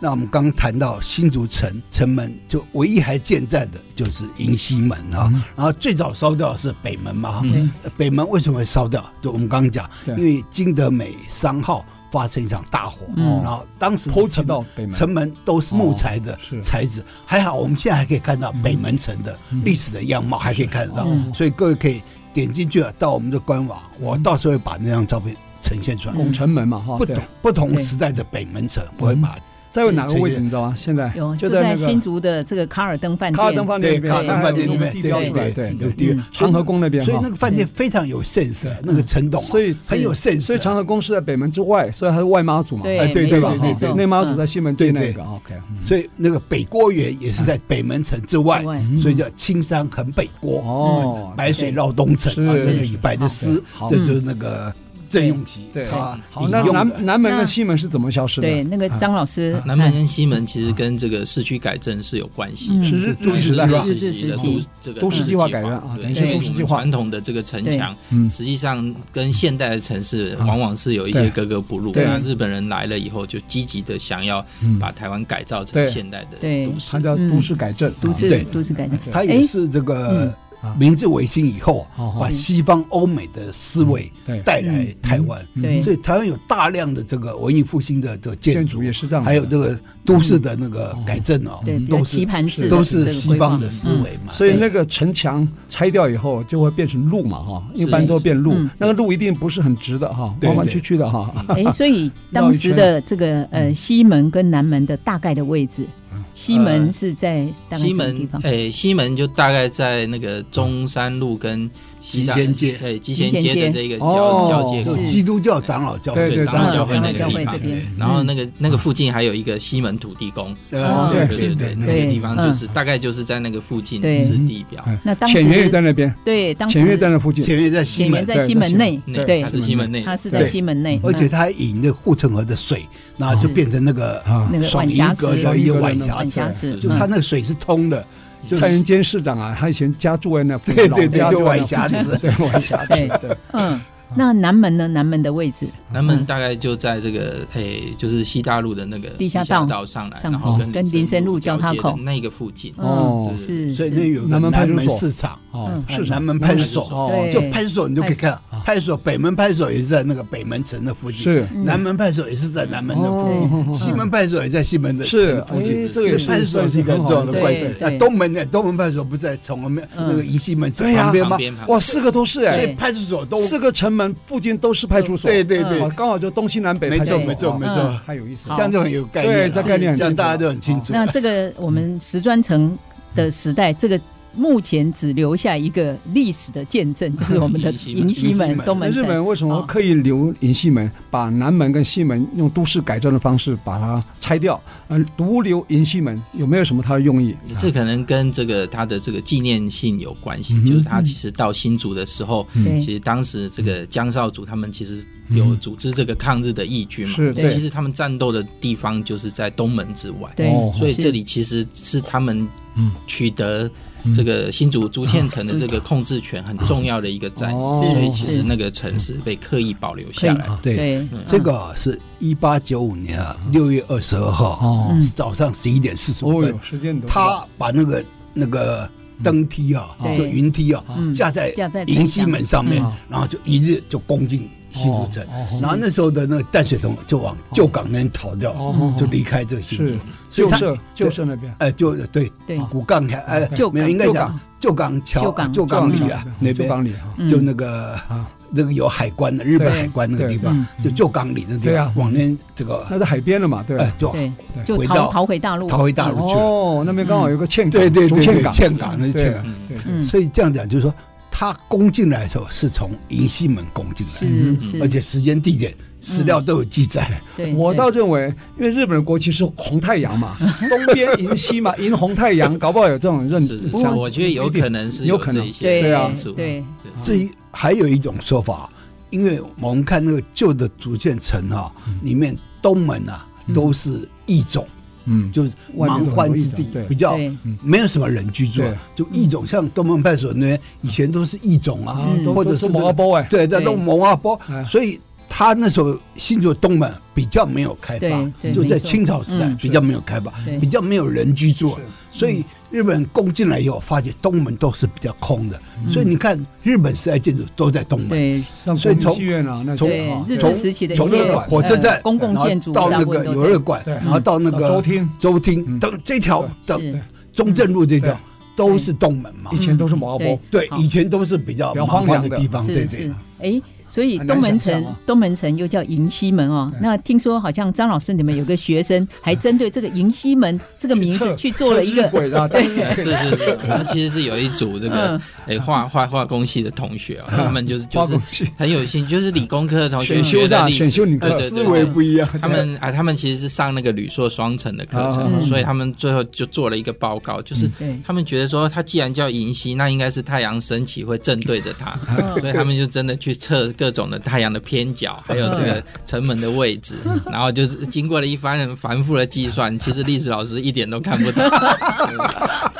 那我们刚谈到新竹城城门，就唯一还健在的就是迎西门哈、
嗯
然后最早烧掉的是北门嘛哈、
嗯
北门为什么会烧掉？就我们刚刚讲，
对
因为金德美商号发生一场大火，
嗯
然后当时
波及到北门
城门都是木材的
哦是
材质，还好我们现在还可以看到北门城的
嗯
历史的样貌，还可以看得到，
嗯
所以各位可以点进去啊，到我们的官网，我到时候会把那张照片呈现出来。
拱城门嘛哈，
不
哦对嗯
同不同
对
时代的北门城，我会把
在哪个位置你知道吗？现在
有就
就在
在
那
新
个
竹的这个卡尔登饭
卡尔登
店，
饭
对
店
卡
那
尔登
边，
饭店那
那
边
地标出来，
对
对
对
对，
对
嗯长河宫那边
所以那
哈。
个饭店非常有 sense，那个陈董啊
嗯所以
很有 sense，
所以长河宫是在北门之外，所以它是外妈祖嘛，
对
哎对对
没错
对对
没
对
错
内妈祖在西门町
对
那
对
个 OK，嗯
所以那个北郭园也是在北门城之外
之，外
嗯
所以叫青山横北郭，
哦，
白水绕东城
是
啊，这个李白的诗
好，嗯
这就是那个郑用锡
对
他
好，
引
那
用
南
的。
南门
那
跟西门是怎么消失的？
对，那个张老师，
南门跟西门其实跟这个市区改正是有关系
嗯
的。
是日
对
日治时代
是
吧
日
时
治
期
时
的
期
都这个
都市
市
计划改革啊
对，
等于是
因为
都
我
市
们
计划
传统的这个城墙
嗯，啊
实际上跟现代的城市往往是有一
对
些格格不入。
对
那日本人来了以后，就积极的想要
嗯
把台湾改造成
对
现代的
对
都
它
市。
叫都市改正，啊
都市
嗯对
都市改正，
他也是这个明治维新以后啊
好好，
把西方欧美的思维
对
带来台湾，
对
所以台湾有大量的这个文艺复兴的这个建
建
筑
筑也是这样子
还
的，
有这个都市的那个改正哦
对，比，较
都
棋
是
盘式的
都
这
是
个
西
规划
方的思维嘛，
嗯所以那个城墙拆掉以后，就会变成路嘛，哈，一般都变路
嗯。
那个路一定不是很直的哈，
对
弯弯曲曲的哈。
哎，所以当时的这个呃西门跟南门的大概的位置，西门是在大概
西
什么地
门呃
方，？
诶，西门就大概在那个中山路跟西大
集贤街
对集
集
贤
贤
街
街
的这个
哦
交交界
就是
口
是
基督教长老教会，
对对
长老教会
长老
那
教
个
会
地
这
方。
边
然后那个那个附近还有一个西门土地公，
呃，
对
对
对
对
对，
对
那
对，
个地方就是大概就是在那个附近
嗯对
是地标，
嗯
那当时
浅园也在那边，
对，当时
浅园也在那附近。
前面在西
演员
门，
在西门内，
那
对
它，是西门内的，
他是在西门内，
而且它还引那个护城河的水，然后就变成那个
啊
那个
双
晚
银
霞
阁
池，
的一个晚
晚
池
霞，池，
就它那个水是通的，就
蔡
是
元坚市长啊，他以前家住在那附
对
近，老
对对，
家
就
在那
晚
附
霞
近
池。
对晚 霞
对
池，对，
嗯，那南门呢？南门的位置
南门大概就在这个诶，就是西大路的那个
地下
下
道
道上来，
上
然后
来
跟
跟林森路交叉
交界的
口
那个附近，
嗯
哦
就是
是，
所以那有个
南门派
南
出
门
所
市场，
哦
嗯，
市
南
场
门派出所，
哦，
对
就派出所你就可以看，派出所北门派出所也是在那个北门城的附近，
哎是
南门派出所也是在南门的附近，
哦
西门派出所也在西门的城
是，
的
哎
附近，，
这个也
派
是
出所
算
是一个很
很好
重要的
的
对
关
观
键
对。
那东门呢？东门派出所不是在从我们
嗯
那个宜西门
对呀啊
旁边吗
旁？边旁
哇，四个都是
所
哎
以，派出所都
四个城门附近都是派出所，
对对对
哦，刚好就东西南北
没
派
错
出所，
没错
哦
没
错
太有意思了
这。样就很有概念了，
对这概念很
这
清楚哦
样大家都很清楚。
那这个我们石砖城的时代，这个。目前只留下一个历史的见证，就是我们的迎西门、东
那
门
日本人
城。
为什么刻意留银西门，把南门跟西门用都市改造的方式把它拆掉，嗯，独留银西门，有没有什么它的用意？
这可能跟这个它的这个纪念性有关系，
嗯哼
就是它其实到新竹的时候，
对
其实当时这
嗯
个江少主他们其实有组织这个抗日的义军嘛，
是
对
对
其实他们战斗的地方就是在东门之外，
对
哦
所以
是
这里其实是他们
嗯
取得这个新竹竹堑城的这个控制权很重要的一个战役，
哦
所以其
是
实那个城市被刻意保留下来。
对嗯
对
这个是一八九五年啊，六月二十二号
嗯哦
嗯
早上十一点四十五
哦，
分
有，嗯时间都
他把那个那个登梯啊，
对
就云梯啊
嗯，
架在
架在
迎西门上面
嗯，
然后就一日就攻进西竹城
哦哦，
然后那时候的那个淡水河就往旧港那边逃掉
哦，
就离开这个新竹
是，
所
哦
以
旧
他
社旧社那边
哎，就对
对
古港桥，哎，
旧
没有
港
应该
旧
讲
港
旧港
旧
桥、
港
旧港里啊那
旧
边，
港里啊，
嗯
就那个
啊
那个有海关的日本
对
海关那个地
对
方，就旧港里那地
对啊
方，往那这个
那在海边了嘛，对吧
哎，就
对，
对
就
回
逃
到
逃回大陆。
逃回大陆去了。
哦，那边刚好有个堑港，
对对
竹
对
堑
对，
港，
堑港那是堑港。
嗯
对，
嗯，
所以这样讲就是说，他攻进来的时候是从迎西门攻进来，
是是，
而且时间、地点、史料都有记载。
对，
我
对
倒认为，因为日本的国旗是红太阳 嘛，东边迎西嘛，迎红太阳，搞不好有这种认
是是是，
想
我觉得有可能是
哦有可
这
能
一些
对
对啊
因素。
对，
至于还有一种说法，因为我
嗯
们看那个旧的竹堑城啊，里面东门啊都是义种，
嗯，
就
外面
蛮
都很
荒
容易
之
找
地
对，嗯
比较
对
没有什么人居住啊。就一种像东门派出所那边以前都是一种啊，
嗯
啊，都
或者
都
是那
是
个
毛阿波哎，
对，那
对嗯
都蒙阿波
哎，
啊所以他那时候新竹东门比较没有开
对
发，
对
就
没
在
错
清朝时代
嗯
比较没有开发
对，嗯
比较没有人居住啊
是，
所以日本攻进来以后，发觉东门都是比较空的，
嗯
所以你看日本时代建筑都在东门。
对
像
所以
国民
从
剧院啊，那
从
些
对
哈，
日
从
治时期的一
从
些
那个火车
呃
站
公共
然后
建筑
到
大
那
部分
个
都
游
在
乐馆，
对
然后啊到那
到周
个
厅
周
嗯
厅等这条
是嗯
等中正路这条
对
都是东门嘛
以。前都是毛阿波
对，
对，
好
以前都是比较
比
蛮
较荒凉
的
的
地方，对
是
对
是。，哎，所以东
嗯很
门
难想
城
象啊
东门城又叫迎西门哦
对。
那听说好像张老师你们有个学生还针对这个迎西门这个名字
测
去做了一个
测日晷 啊，对，
是是是，我们其实是有一组这个
嗯
诶化化化工系的同学
嗯
啊，他们就是
花
就
果
是
戏
很有兴趣，就是理工科的同学
选修
学的
的
历史
选修理
对
科
对
思
对
维不一样。
他们啊，他们其实是上那个铝塑双层的课程，
啊
所以他们最后就做了一个报告，就是
嗯
对
他们觉得说，它既然叫银溪，那应该是太阳升起会正对着 它，
嗯
所以他们就真的去测各种的太阳的偏角，还有
嗯
这个 城门的位置，然后就是经过了一番很繁复的计算，其实历史老师一点都看不 懂。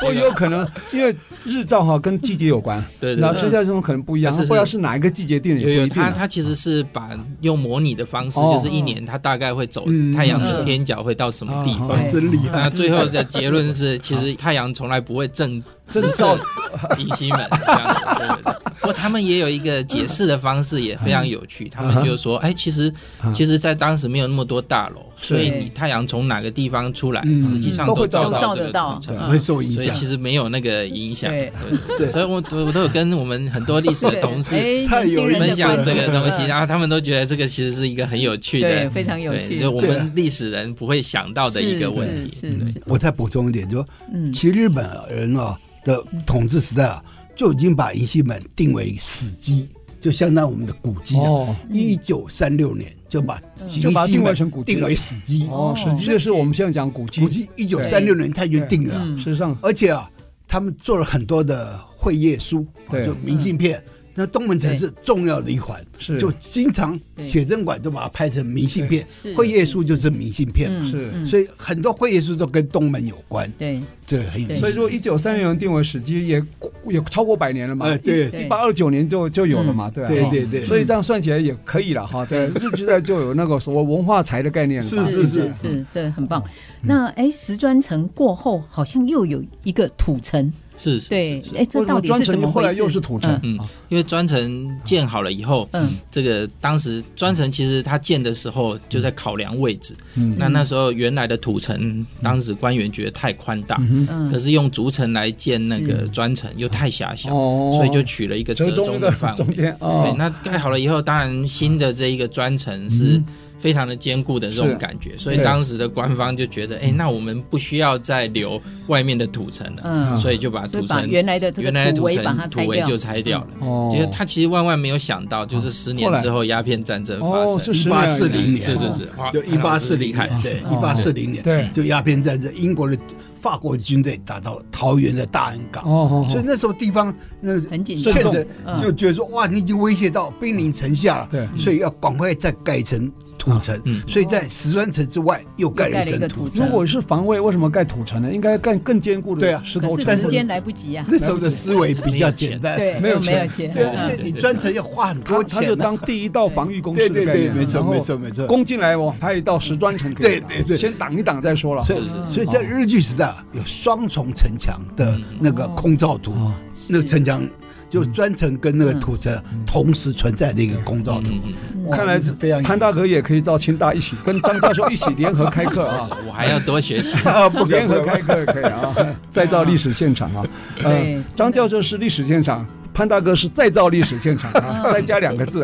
都哦有可能，因为日照哈跟季节有关，
对对
然后
对。
春夏秋冬可能不一样，
是是
不知道是哪一个季节定的，
有
也不
有，
一定
他
啊。
他其实是把用模拟的方式，
哦
就是一年它大概会走
嗯
太阳的
嗯
偏角会到什么地
啊
方
好，
真厉害
那最后的结论是，其实太阳从来不会正
正
正
照
照隐西门这样子。对对对。不过他们也有一个解释的方式，也非常有
嗯
趣。他们就说，哎，其实其实，在当时没有那么多大楼，所以你太阳从哪个地方出来，
嗯
实际上
都会照
照到
到
这个
照得
图层
到
不会受影
所以
响。
其实没有那个影响。
对
对对对。所以我我我都有跟我们很多历史的同事
对哎
太有
年轻人的
分享
观
这个
点
东西，
嗯
然后他们都觉得这个其实是一个很有趣
对
的。
非常有趣
对，就我
对啊
们历史人不会想到的一个
是
问题。
是是是，
我再补充一点，就
嗯，
其实日本人啊的统治时代啊，就已经把银西门定为史迹，就相当于我们的古迹啊。
哦嗯
一九三六年就把银
就把它
西
定位
门
成古迹
定为史迹，
哦，实际就是我们现在讲古迹，
古迹一九三六年他已经定了啊，
嗯
事实上
而且啊，他们做了很多的会页书，啊
对嗯
就明信片。那东门城是重要的一环，
是
就经常
对
写真馆都把它拍成明信片
对是，
会页书就是明信片嘛。
是
嗯
所以很多会议书都跟东门有关，
对
这个很有意思。
所以说一九三六年定为史迹也也超过百年了嘛，
哎，对
对嗯
一八二九年就就有了嘛，对吧？
对
哦
对对，
所以这样算起来也可以了哈，在日治时代就有那个所谓文化财的概念了吧，
是是
是是，对，很
嗯
棒。那哎，石砖城过后好像又有一个土城，
是是，
对
是，
哎，这
为什
到
么
底
专
是怎么
程后
回
来
事？
又是土城？
嗯
啊，
因为专程建好了以后，
嗯，
这个当时专程其实它建的时候就在考量位置，
嗯
那那时候原来的土城，当时官员觉得太宽大，
嗯
嗯
可是用竹城来建那个专城又太狭小，
哦
所以就取了一个折
中
中的范围
中。间
对
哦，，
那盖好了以后，当然新的这一个专城是非常的坚固的
嗯
这
是啊
种感觉，所以
对
当时的官方就觉得，哎，那我们不需要再留外面的土城了，
嗯，
所以就把
所
土
以把
城
原来的这
原来
个
的土
围把它
城
拆
土围
掉，
就拆掉了。
哦嗯
其实他其实万万没有想到，就是十年
后来
之后鸦片战争发
哦
生，
是
一
十
八
年
四零年
是是是，哇
就一八四零
看
年
老，师
对，
厉害
哦
一八四零年，
对
就鸦片战争，英国的法国军队打到桃园的大安港，
哦，
所以那时候地方那
很紧张
确诊
嗯
就觉得说哇，你已经威胁到兵临城下了，
对
所以要赶快再盖成土城
嗯，
所以在石砖城之外又盖了
盖
一
了一个
层
土
土
城
城
啊
如。果是防卫，为什么盖土城呢？应该盖更坚固
对
的
啊
石头
可
城
是时。间来不及 啊，
那时候的思维比较简单，
对，
没有
没有
钱
钱，
对，
嗯
因为你专程要花很
他
多
他
钱
就
啊，
当第一道防御工
对
事的
对
概
对，
念，
没错
然后
没错没错。
攻进来，我派一道石砖城给你打，
对对对
先挡一挡再说了。
所
是
嗯
以，
是
所以在日据时代啊有双重城墙的那个空照图，
嗯
哦
那个城墙就专程跟那个土城
嗯
同时存在的一个空照图
嗯，嗯
哇
看来
是非常有
潘大哥也可以到清大一起跟张教授一起联合开课啊，
嗯我还要多学 习。
啊，不敢
联合
不敢
开课也可以啊， 再造历史现场啊。
对
呃，张教授是历史现场，潘大哥是再造历史现 场啊， 再加两个字，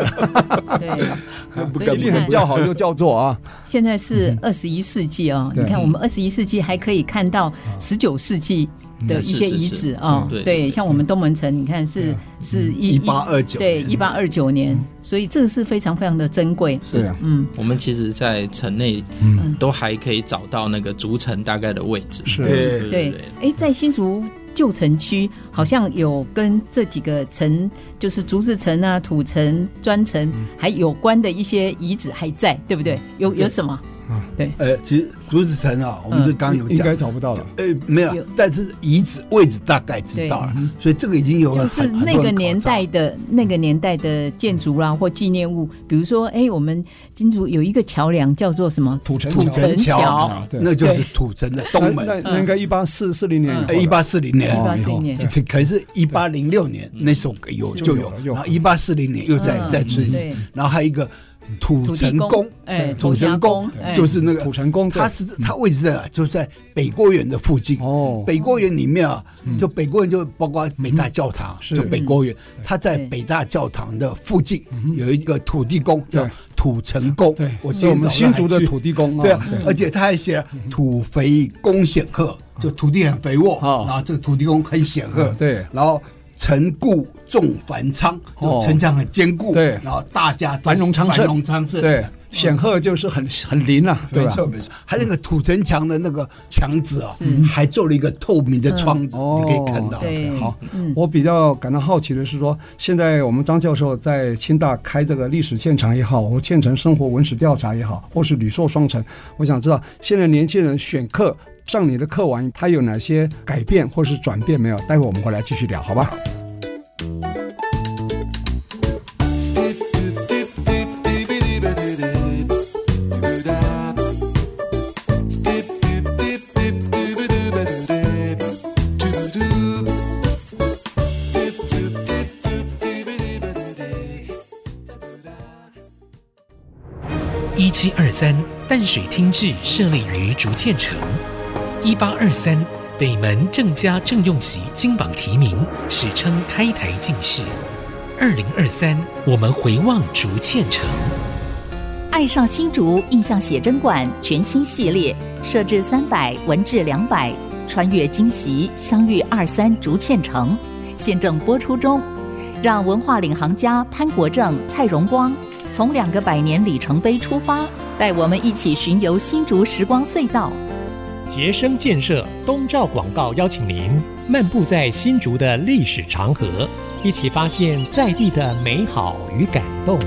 对。
不
所
敢
以
一
你
定
看
很叫好又叫座啊。
现在是二十一世纪哦，
对
你看我们二十一世纪还可以看到十九世纪的一些
嗯是是
遗
是
址啊
嗯，对
对，像我们东门城，你看是是一
1829
对，一
年
八二九年，所以这个是非常非常的珍贵，
对啊，
嗯，
我们其实，在城内
嗯
都还可以找到那个竹城大概的位置。
是
对对
对
对，
哎，在新竹旧城区好像有跟这几个城，就是竹子城啊、土城、砖城还有关的一些遗址还在，对不对？有有什么？
呃，其实竹子城啊，我们就刚刚有
应
讲
该，找不到了。
呃，没有
嗯有，嗯
但是遗址位置大概知道了，所以这个已经有
就
很
是
很
那
多
个
人考
年
察
代的那个年代的建筑啦、或纪念物，比如说，哎，我们金竹有一个桥梁叫做什么？
土城
土城
桥
啊对，
那就是土城的东门，呃
那那应该一八四四零年以后了，
一八四零
嗯
年
一
哦
八四零年
对，
可可是，一八零六年那时候有
就
就
有
有
了，又
然后一八四零年又再
嗯
再出一次，
对，
然后还有一个土
土地
城
公
宫，，
哎，
土
城
城宫
哎
就是那个
土，城宫，对
它是它位置在哪？就在北郭园的附近。
哦，
北郭园里面啊
嗯，
就北郭园就包括北大教堂，
是嗯
就北郭园，它在
对
北大教堂的附近有一个土地公叫
对
土城公
对，，
我
是
今
我
天
们
早
新
上
竹
还
的
去。
土地公
对啊，
哦对
而且他还写了土肥公显赫，就土地很肥沃，
哦
然后这个土地公很显赫，
对
然后城固重繁昌，
哦
就城墙很坚固，
对
然后大家都
繁荣昌盛
繁荣昌
嗯
盛，
对，显赫就是很很灵啊，对
没
吧？
错没错。还有那个土城墙的那个墙纸啊
是，
还做了一个透明的窗子，
嗯
你可以看到。
对，
好，
嗯，
我比较感到好奇的是说，现在我们张教授在清大开这个历史现场也好，或县城生活文史调查也好，或是旅硕双城，我想知道现在年轻人选课上你的课完，他有哪些改变或是转变没有？待会我们回来继续聊，好吧？
一七二三淡水厅制设立于竹堑城，一八二三北门郑家郑用锡金榜题名，史称开台进士。二零二三，我们回望竹堑城。
爱上新竹印象写真馆全新系列，设置三百，文治两百，穿越惊喜，相遇二三竹堑城，现正播出中。让文化领航家潘国正、蔡荣光从两个百年里程碑出发，带我们一起巡游新竹时光隧道。
杰生建设东照广告邀请您漫步在新竹的历史长河，一起发现在地的美好与感动。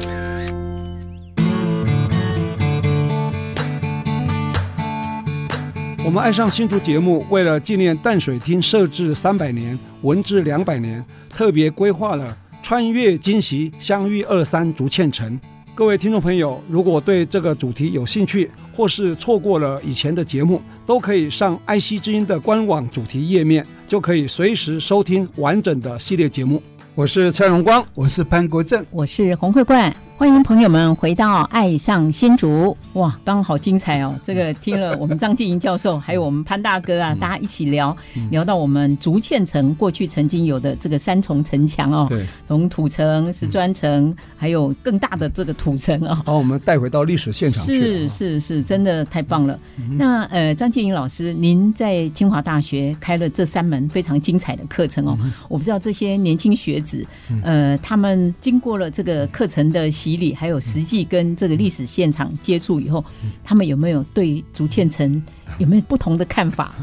我们爱上新竹节目，为了纪念淡水厅设置三百年、文治两百年，特别规划了穿越惊喜相遇二三竹堑城。各位听众朋友，如果对这个主题有兴趣，或是错过了以前的节目，都可以上爱惜之音的官网主题页面，就可以随时收听完整的系列节目。我是蔡荣光，
我是潘国正，
我是洪慧冠，欢迎朋友们回到《爱上新竹》。哇，刚刚好精彩哦！这个听了我们张继营教授，还有我们潘大哥啊，大家一起聊、聊到我们竹堑城过去曾经有的这个三重城墙哦，
对，
从土城、石砖城，还有更大的这个土城哦，
把我们带回到历史现场去
是
了。嗯
是是，真的太棒了。那呃，张建颖老师，您在清华大学开了这三门非常精彩的课程哦。
嗯
我不知道这些年轻学子，呃，他们经过了这个课程的洗礼，还有实际跟这个历史现场接触以后，
嗯
他们有没有对竹堑城有没有不同的看 法？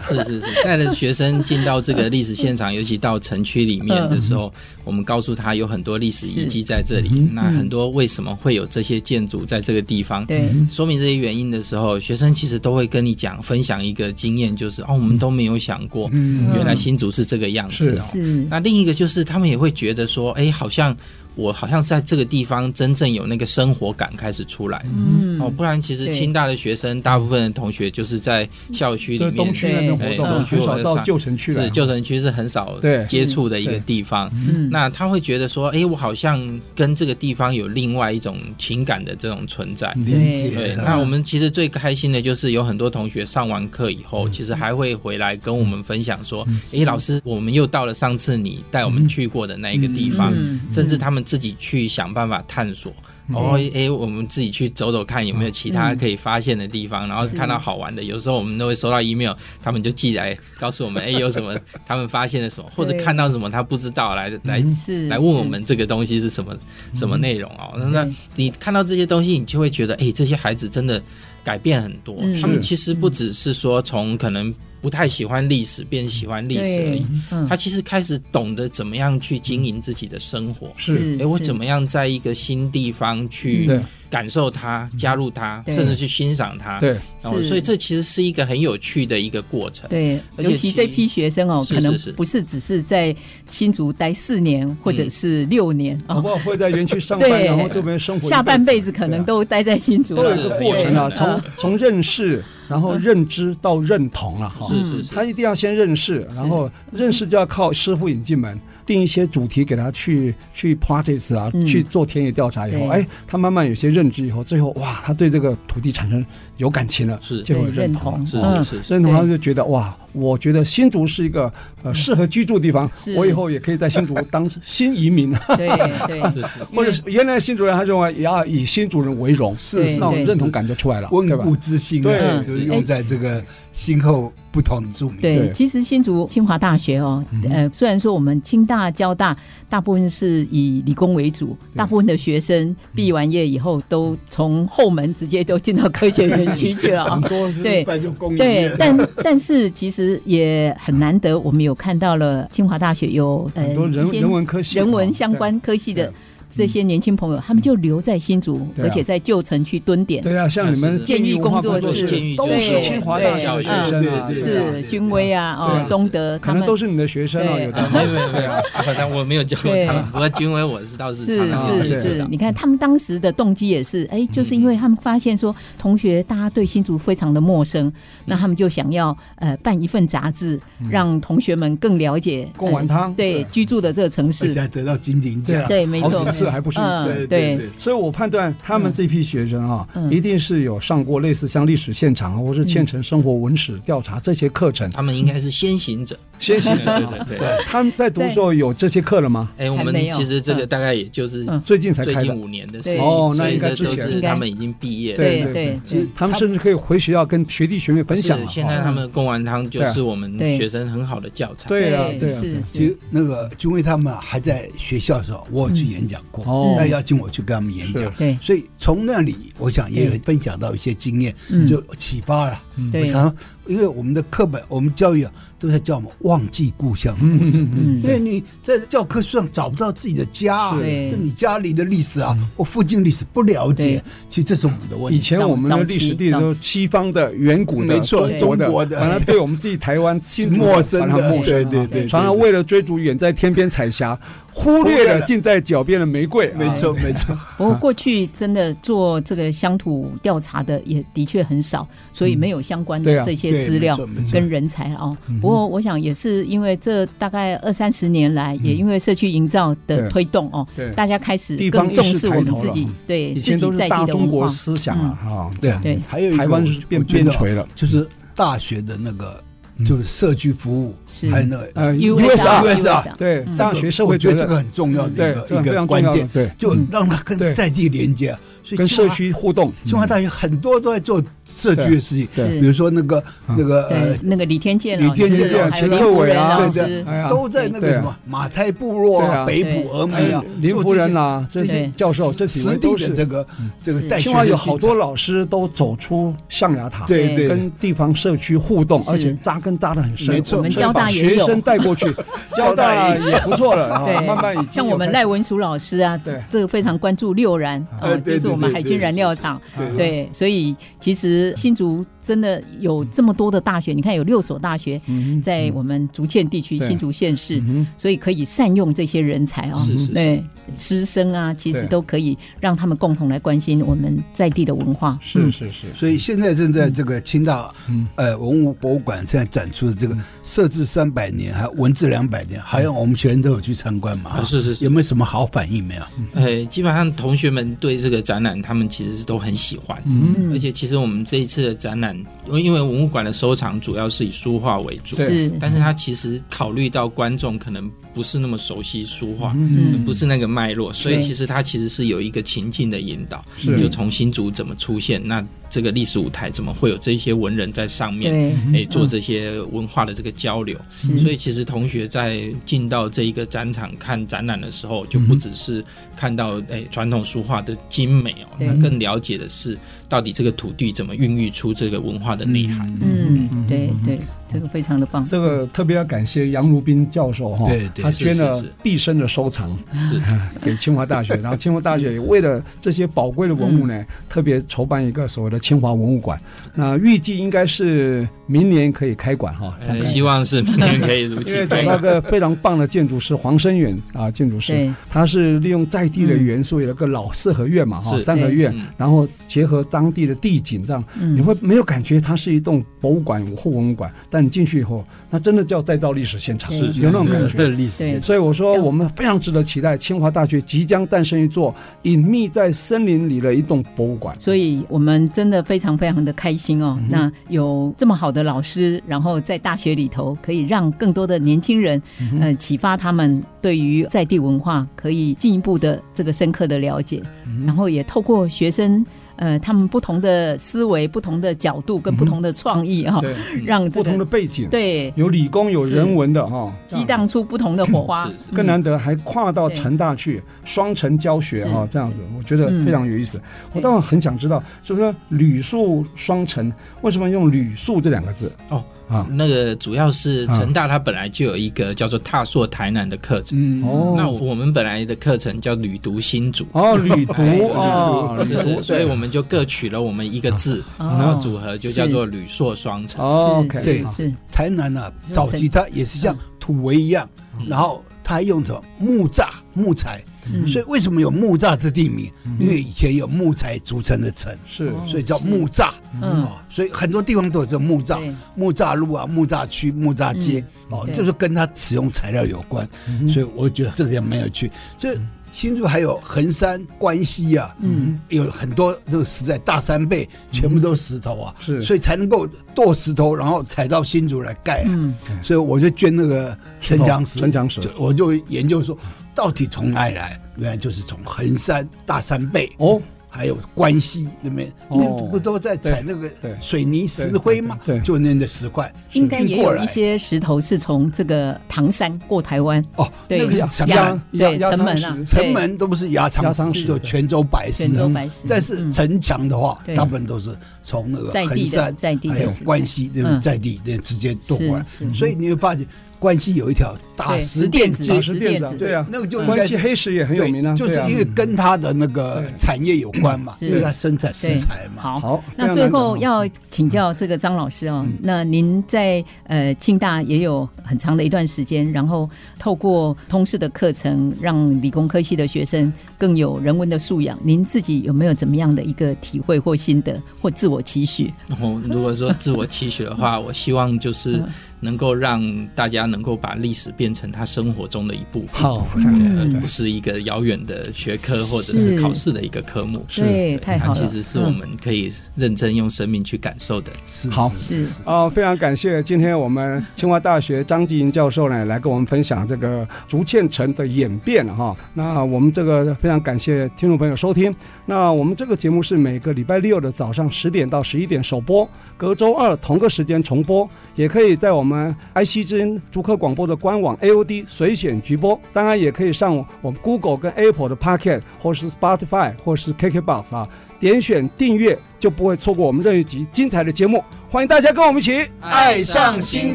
是是是，带着学生进到这个历史现 场，尤其到城区里面的时候，我们告诉他有很多历史遗迹在这里，那很多为什么会有这些建筑在这个地方，
对，
说明这些原因的时候，学生其实都会跟你讲分享一个经验，就是哦，我们都没有想过，
嗯
原来新竹是这个样子哦。
是
那另一个就是他们也会觉得说，哎，好像我好像在这个地方真正有那个生活感开始出来。
嗯
哦，不然其实
对
清大的学生，大部分的同学就是在校区里
这
面，
东区那边活动，
哎东区
很少
我
到
上
旧城去了。
是旧城区是很少
对
接触的一个
对
地方。
嗯
那他会觉得说，哎，我好像跟这个地方有另外一种情感的这种存在。
嗯
理
对，
解。
嗯
那我们其实最开心的就是有很多同学上完课以
嗯
后，其实还会回来跟我们分享说：“诶，老师，我们又到了上次你带我们去过的那一个地方，
嗯
甚至他们自己去想办法探索。”哦，诶，我们自己去走走看有没有其他可以发现的地方，
嗯
然后看到好玩的。有时候我们都会收到 email，他们就寄来告诉我们，诶，有什么他们发现了什么，或者
对
看到什么他不知道，来来
是
嗯
来问我们这个东西是什么什么内容哦。那那
对
你看到这些东西，你就会觉得，哎，这些孩子真的改变很多
嗯。
他们
是
其实不只是说从可能不太喜欢历史变喜欢历史而
对
已，
嗯
他其实开始懂得怎么样去经营自己的生活。
嗯
哎
是
哎，我怎么样在一个新地方去
对
感受它、加入它，
嗯对
甚至去欣赏它。
对，
哦，
是
所以这其实是一个很有趣的一个过程。
对，
而且
尤其
其
这批学生哦，
是
可能
是是
不是只是在新竹待四年或者是六年
好
哦，
不好？会在园区上班，
对
然后这边生活一
下半辈
子
子可能都待在新竹
都
了
有一个
是
过程啊，
对
嗯
从从认识，然后认知到认同啊了哈。
嗯
是是是，
他一定要先认识，然后认识就要靠师傅引进门，定一些主题给他去去 practice 啊，
嗯
去做田野调查以后，
对
哎，他慢慢有些认知以后，最后哇，他对这个土地产生有感情了，
是
就会
对
认
认
同
同
了。
是
哦
是
嗯
是是，
认同他
对
就觉得哇，我觉得新竹是一个呃适合居住的地方，
嗯
嗯
是
我以后也可以在新竹当新移民，啊
对对
是是
或者是原来新竹人他认为也要以新竹人为荣，
是
那
是
种
对
认同感就出来了，
温
对吧
故？知新啊，
对
就是用在这个今后不同的著名。
对
对，嗯
其实新竹清华大学哦，呃，虽然说我们清大、交大大部分是以理工为主，大部分的学生毕完业以后都从后门直接都进到科学园区去 了啊、
多
对
不，然就公
对
园，
但但是其实也很难得，我们有看到了清华大学有呃
很多人
一些
人文科系
人
嘛
文相
对
关科系的
对
这些年轻朋友，他们就留在新竹，
对啊
而且在旧城区蹲点。
对啊，像你们
是
监狱
文化
工作
室
室
监狱
都是
对
清华大学的
对
学生啊，
嗯
对啊
是军威啊，
是啊
哦，中德，
可
他
能
们
都是你的学生哦，
对
有
啊没有
的。
没有没有，反正我没有教过他们。
对
不过军威我是倒是
是
常常
啊
接
是
触
是
到，
你看他们当时的动机也是，
嗯
哎，就是因为他们发现说，同学大家对新竹非常的陌
嗯
生，那他们就想要呃办一份杂志，让同学们更了解呃
贡丸汤啊
对居住的这个城
而且
市，
还得到金鼎奖，
对，没
好
错，
几次还不是一次
嗯
对
对，
所以我判断他们这批学生啊，
嗯
一定是有上过类似像历史现场啊，或是县城生活文史调查这些课程。
他们应该是先行者，
嗯
先行者
对对对对。
对，他们在读的时候有这些课了吗？
哎，我
还
们
没有
其实这个大概也就是
嗯
最近才
最
开
近
的。
五年的事
对
情，
哦那
所以
应该
这
之
都
前
是他们已经毕业了。
哎对
对对
其实
他们甚至可以回学校跟学弟学妹分享
是
了。
现在
哦
他们贡丸汤就
对啊
是我们
对
学生很好的教材。
对啊，对啊，
是
其
是，
实那个军威他们还在学校的时候，我有去演讲过，
哦
他邀请我去跟他们演讲
是，
对
所以从那里我想也有分享到一些经验，
嗯
就启发了。
嗯
我
对，
想，因为我们的课本，我们教育啊都在叫我们忘记故乡的过程。
嗯
因为你在教科书上找不到自己的家、啊，
是
就你家里的历史啊，或附近历史不了解
对，
其实这是我们的问
嗯以
题。
前我们的历史地
早
都
早
是西方的、远古的、
没错
中国的，
中国的
反而对我们自己台湾新
陌生的
反而陌生啊
对对对对
常常为了追逐远在天边彩霞，忽略了近在脚边的玫瑰。
没错，
啊，
哎
没 错，
不过过去真的做这个乡土调查的也的确很少，所以没有相关
对
的
啊
这些资料
对没错没错
跟人才哦。
嗯
不过我想也是因为这大概二三十年来，也因为社区营造的推动哦
嗯对对，
大家开始
地方
更
意识
重视我
抬
们
头
自
了嗯
己对
以
自
前
己
都是
在
大
地的
中国
文化。嗯
思想了哈。
对啊
对
还有一个
台湾是变
我觉得
边陲了
就是大学的那个，
嗯
就是社区服务，
是
还有那个
呃
USR
USR
对
嗯
大学社会
我觉
责
得这个
任，
很重要的
对
一个，
这个
一
非
个
常
关
重要的
键，
对，
就让它跟
对
在地连接，啊所以
跟
清
社
华
区嗯互动。
清华大学很多都在做社区的事情，
对
是
比如说那个
嗯
那个
对
呃，
那个李天健老
李天
师，
健
还有
陈
林
克
福
伟
仁
啊
老
对
师
对，
哎呀，
都在那个
对啊
什么马太部落
对啊
啊、北
对
部峨眉啊
哎，林
做
夫
这些
人啦，这
些
些教授，这几
实
位
地
都
的这
是。嗯
个这个
是
带
清
学
华
生
有
进
好多老师都走出象牙塔，
对对
跟地方社区互动，
是
而且扎根扎得很深。
没错
我们
我们
就
交大
把
也
学
有
生带过去， 交大也不错了，
对
啊，慢慢已经
像我们
有
赖文淑老师啊，
对
这这个非常关注六燃，
哎
呃，
对
就是我们
对对
海军燃料厂，
对对
对，所以其实新竹真的有这么多的大学，你看有六所大学
嗯
在我们竹堑地区
对
新竹县市
嗯，哼
所以可以善用这些人才啊
是是，是
对，师生啊，其实
对
都可以让他们共同来关心我们在地的文化，
是
嗯
是是，
所以现在正在这个清大
嗯
呃文物博物馆现在展出的这个设置三百年，还有文字两百年，还有我们学生都有去参观嘛
啊，？是是是
有，没有什么好反应没有？
呃，基本上同学们对这个展览，他们其实是都很喜欢。
嗯，
而
嗯，
且其实我们这一次的展览，因为因为文物馆的收藏主要是以书画为主，
对
是，
但是它其实考虑到观众可能不是那么熟悉书画，
嗯
不是那个脉络，所以
对
其实它其实是有一个情境的引导，
是
就从新竹怎么出现，那这个历史舞台怎么会有这些文人在上面，
对，
哎，做这些文化的这个交流。所以其实同学在进到这一个展场看展览的时候，就
嗯
不只是看到哎传统书画的精美哦，
对
那更了
嗯
解的是到底这个土地怎么孕育出这个文化的内涵。
嗯，对对，这个非常的棒。
这个特别要感谢杨如斌教授哈，
对对
他捐
是
了
是是
毕生的收藏
嗯
是
给清华大学，然后清华大学也为了这些宝贵的文物
嗯
呢，特别筹办一个所谓的清华文物馆。那预计应该是明年可以开馆哈，才
呃
可以
希望是明年可以如
因
期
为
开
找到
馆。
个非常棒的建筑师黄生远啊，建筑师
对，
他是利用在地的元素，有一个老四合院嘛哈，
是
三合院
嗯，
然后结合当地的地景，这样你会没有感觉它是一栋博物馆或文物馆，但你进去以后，那真的叫再造历史现场，
是
有那种感觉。
历史
对
所以我说，我们非常值得期待，清华大学即将诞生一座隐秘在森林里的一栋博物馆。
所以我们真的非常非常的开心哦。那有这么好的老师，然后在大学里头可以让更多的年轻人，呃，启发他们对于在地文化可以进一步的这个深刻的了解，然后也透过学生。呃，他们不同的思维、不同的角度跟不同的创意
嗯
哈、
对，
让这
不
个
同的背景，
对
有理工有人文的哈，啊
激荡出不同的火花。
啊是
更难得还跨到
对
成大去，双城教学
是嗯
啊、这样子我觉得非常有意思。我倒很想知道，就是说旅宿双城为什么用旅宿这两个字？
哦
啊，
那个主要是成大，它本来就有一个叫做“踏朔台南”的课程。
嗯
哦
那我们本来的课程叫“旅读新竹”，
哦，旅读
哎
哦，
是
旅
是，
读，
所以
对
我们就各取了我们一个字，
哦
然后组合就叫做“旅朔双城”。
哦
是
OK，
对
好
是
台南啊，早期它也是像土围一样，然后它还用什么木栅、木材，
嗯
所以为什么有木栅这地名？因为以前有木材组成的城，
是
所以叫木栅。
嗯
哦，所以很多地方都有这木栅
对、嗯
木栅路啊、木栅区、木栅街，哦
对，嗯
就是跟它使用材料有关，所以我觉得这点蛮有趣。所以新竹还有横山、关西啊，
嗯，
有很多这个石在大山背，全部都是石头啊，
嗯
是
所以才能够剁石头，然后踩到新竹来盖啊。
嗯
所以我就捐那个城墙石，
城哦墙石
就，我就研究说到底从哪里来，原来就是从横山、大山背。
哦，
还有关西那边，
哦
那不都在踩那个
对对
水泥石灰吗？
对对对
就那样的石块
应该也
运过
有
来
一些石头是从这个唐山过台湾，
哦，
对
那个是城
压
门，
对
压压
城门
舱
啊
石，
城门都不是牙
牙
长
长
石，
石
就泉州白石啊。
泉州白石，
但是
嗯
城墙的话
对，
大部分都是从那个
在
横
地的
山、
在地
还
的
有
石
关西那
嗯
种在地的直接渡过来
是是，
所以你会发现关西有一条大
对
啊石
石
店
电子
街，
石
石
店
电
子啊
子
对啊，
那个就应
关
该
系
是
黑石也很有名啊，
就是
对啊
因为跟它的那个
对
产业有关嘛，
是
因为它生产食材嘛。
好，
嗯好
那最后
啊
要请教这个张老师哦，那您在呃庆大也有很长的一段时间，然后透过通识的课程，让理工科系的学生更有人文的素养。您自己有没有怎么样的一个体会或心得或自我期许？
我如果说自我期许的话，我希望就是
嗯
能够让大家能够把历史变成他生活中的一部分，
好，
呃不是一个遥远的学科或者是
是
考试的一个科目。
对，太
它
好了，嗯
其实是我们可以认真用生命去感受的。
好。
嗯是
啊、非常感谢今天我们清华大学张继银教授呢来跟我们分享这个竹堑城的演变啊哈、那我们这个非常感谢听众朋友收听。那我们这个节目是每个礼拜六的早上十点到十一点首播，隔周二同个时间重播，也可以在我们 IC 之音竹科广播的官网 AOD 随选直播，当然也可以上我们 Google 跟 Apple 的 Pocket 或是 Spotify 或是 KKBox 啊，点选订阅就不会错过我们任意集精彩的节目。欢迎大家跟我们一起
爱上新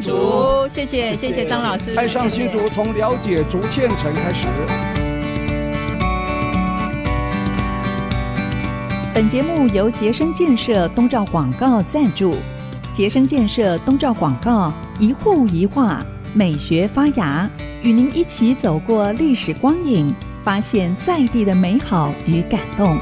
竹，谢谢谢谢张老师，
爱上新竹，从了解竹堑城开始。
本节目由杰生建设东照广告赞助。杰生建设东照广告，一户一画，美学发芽，与您一起走过历史光影，发现在地的美好与感动。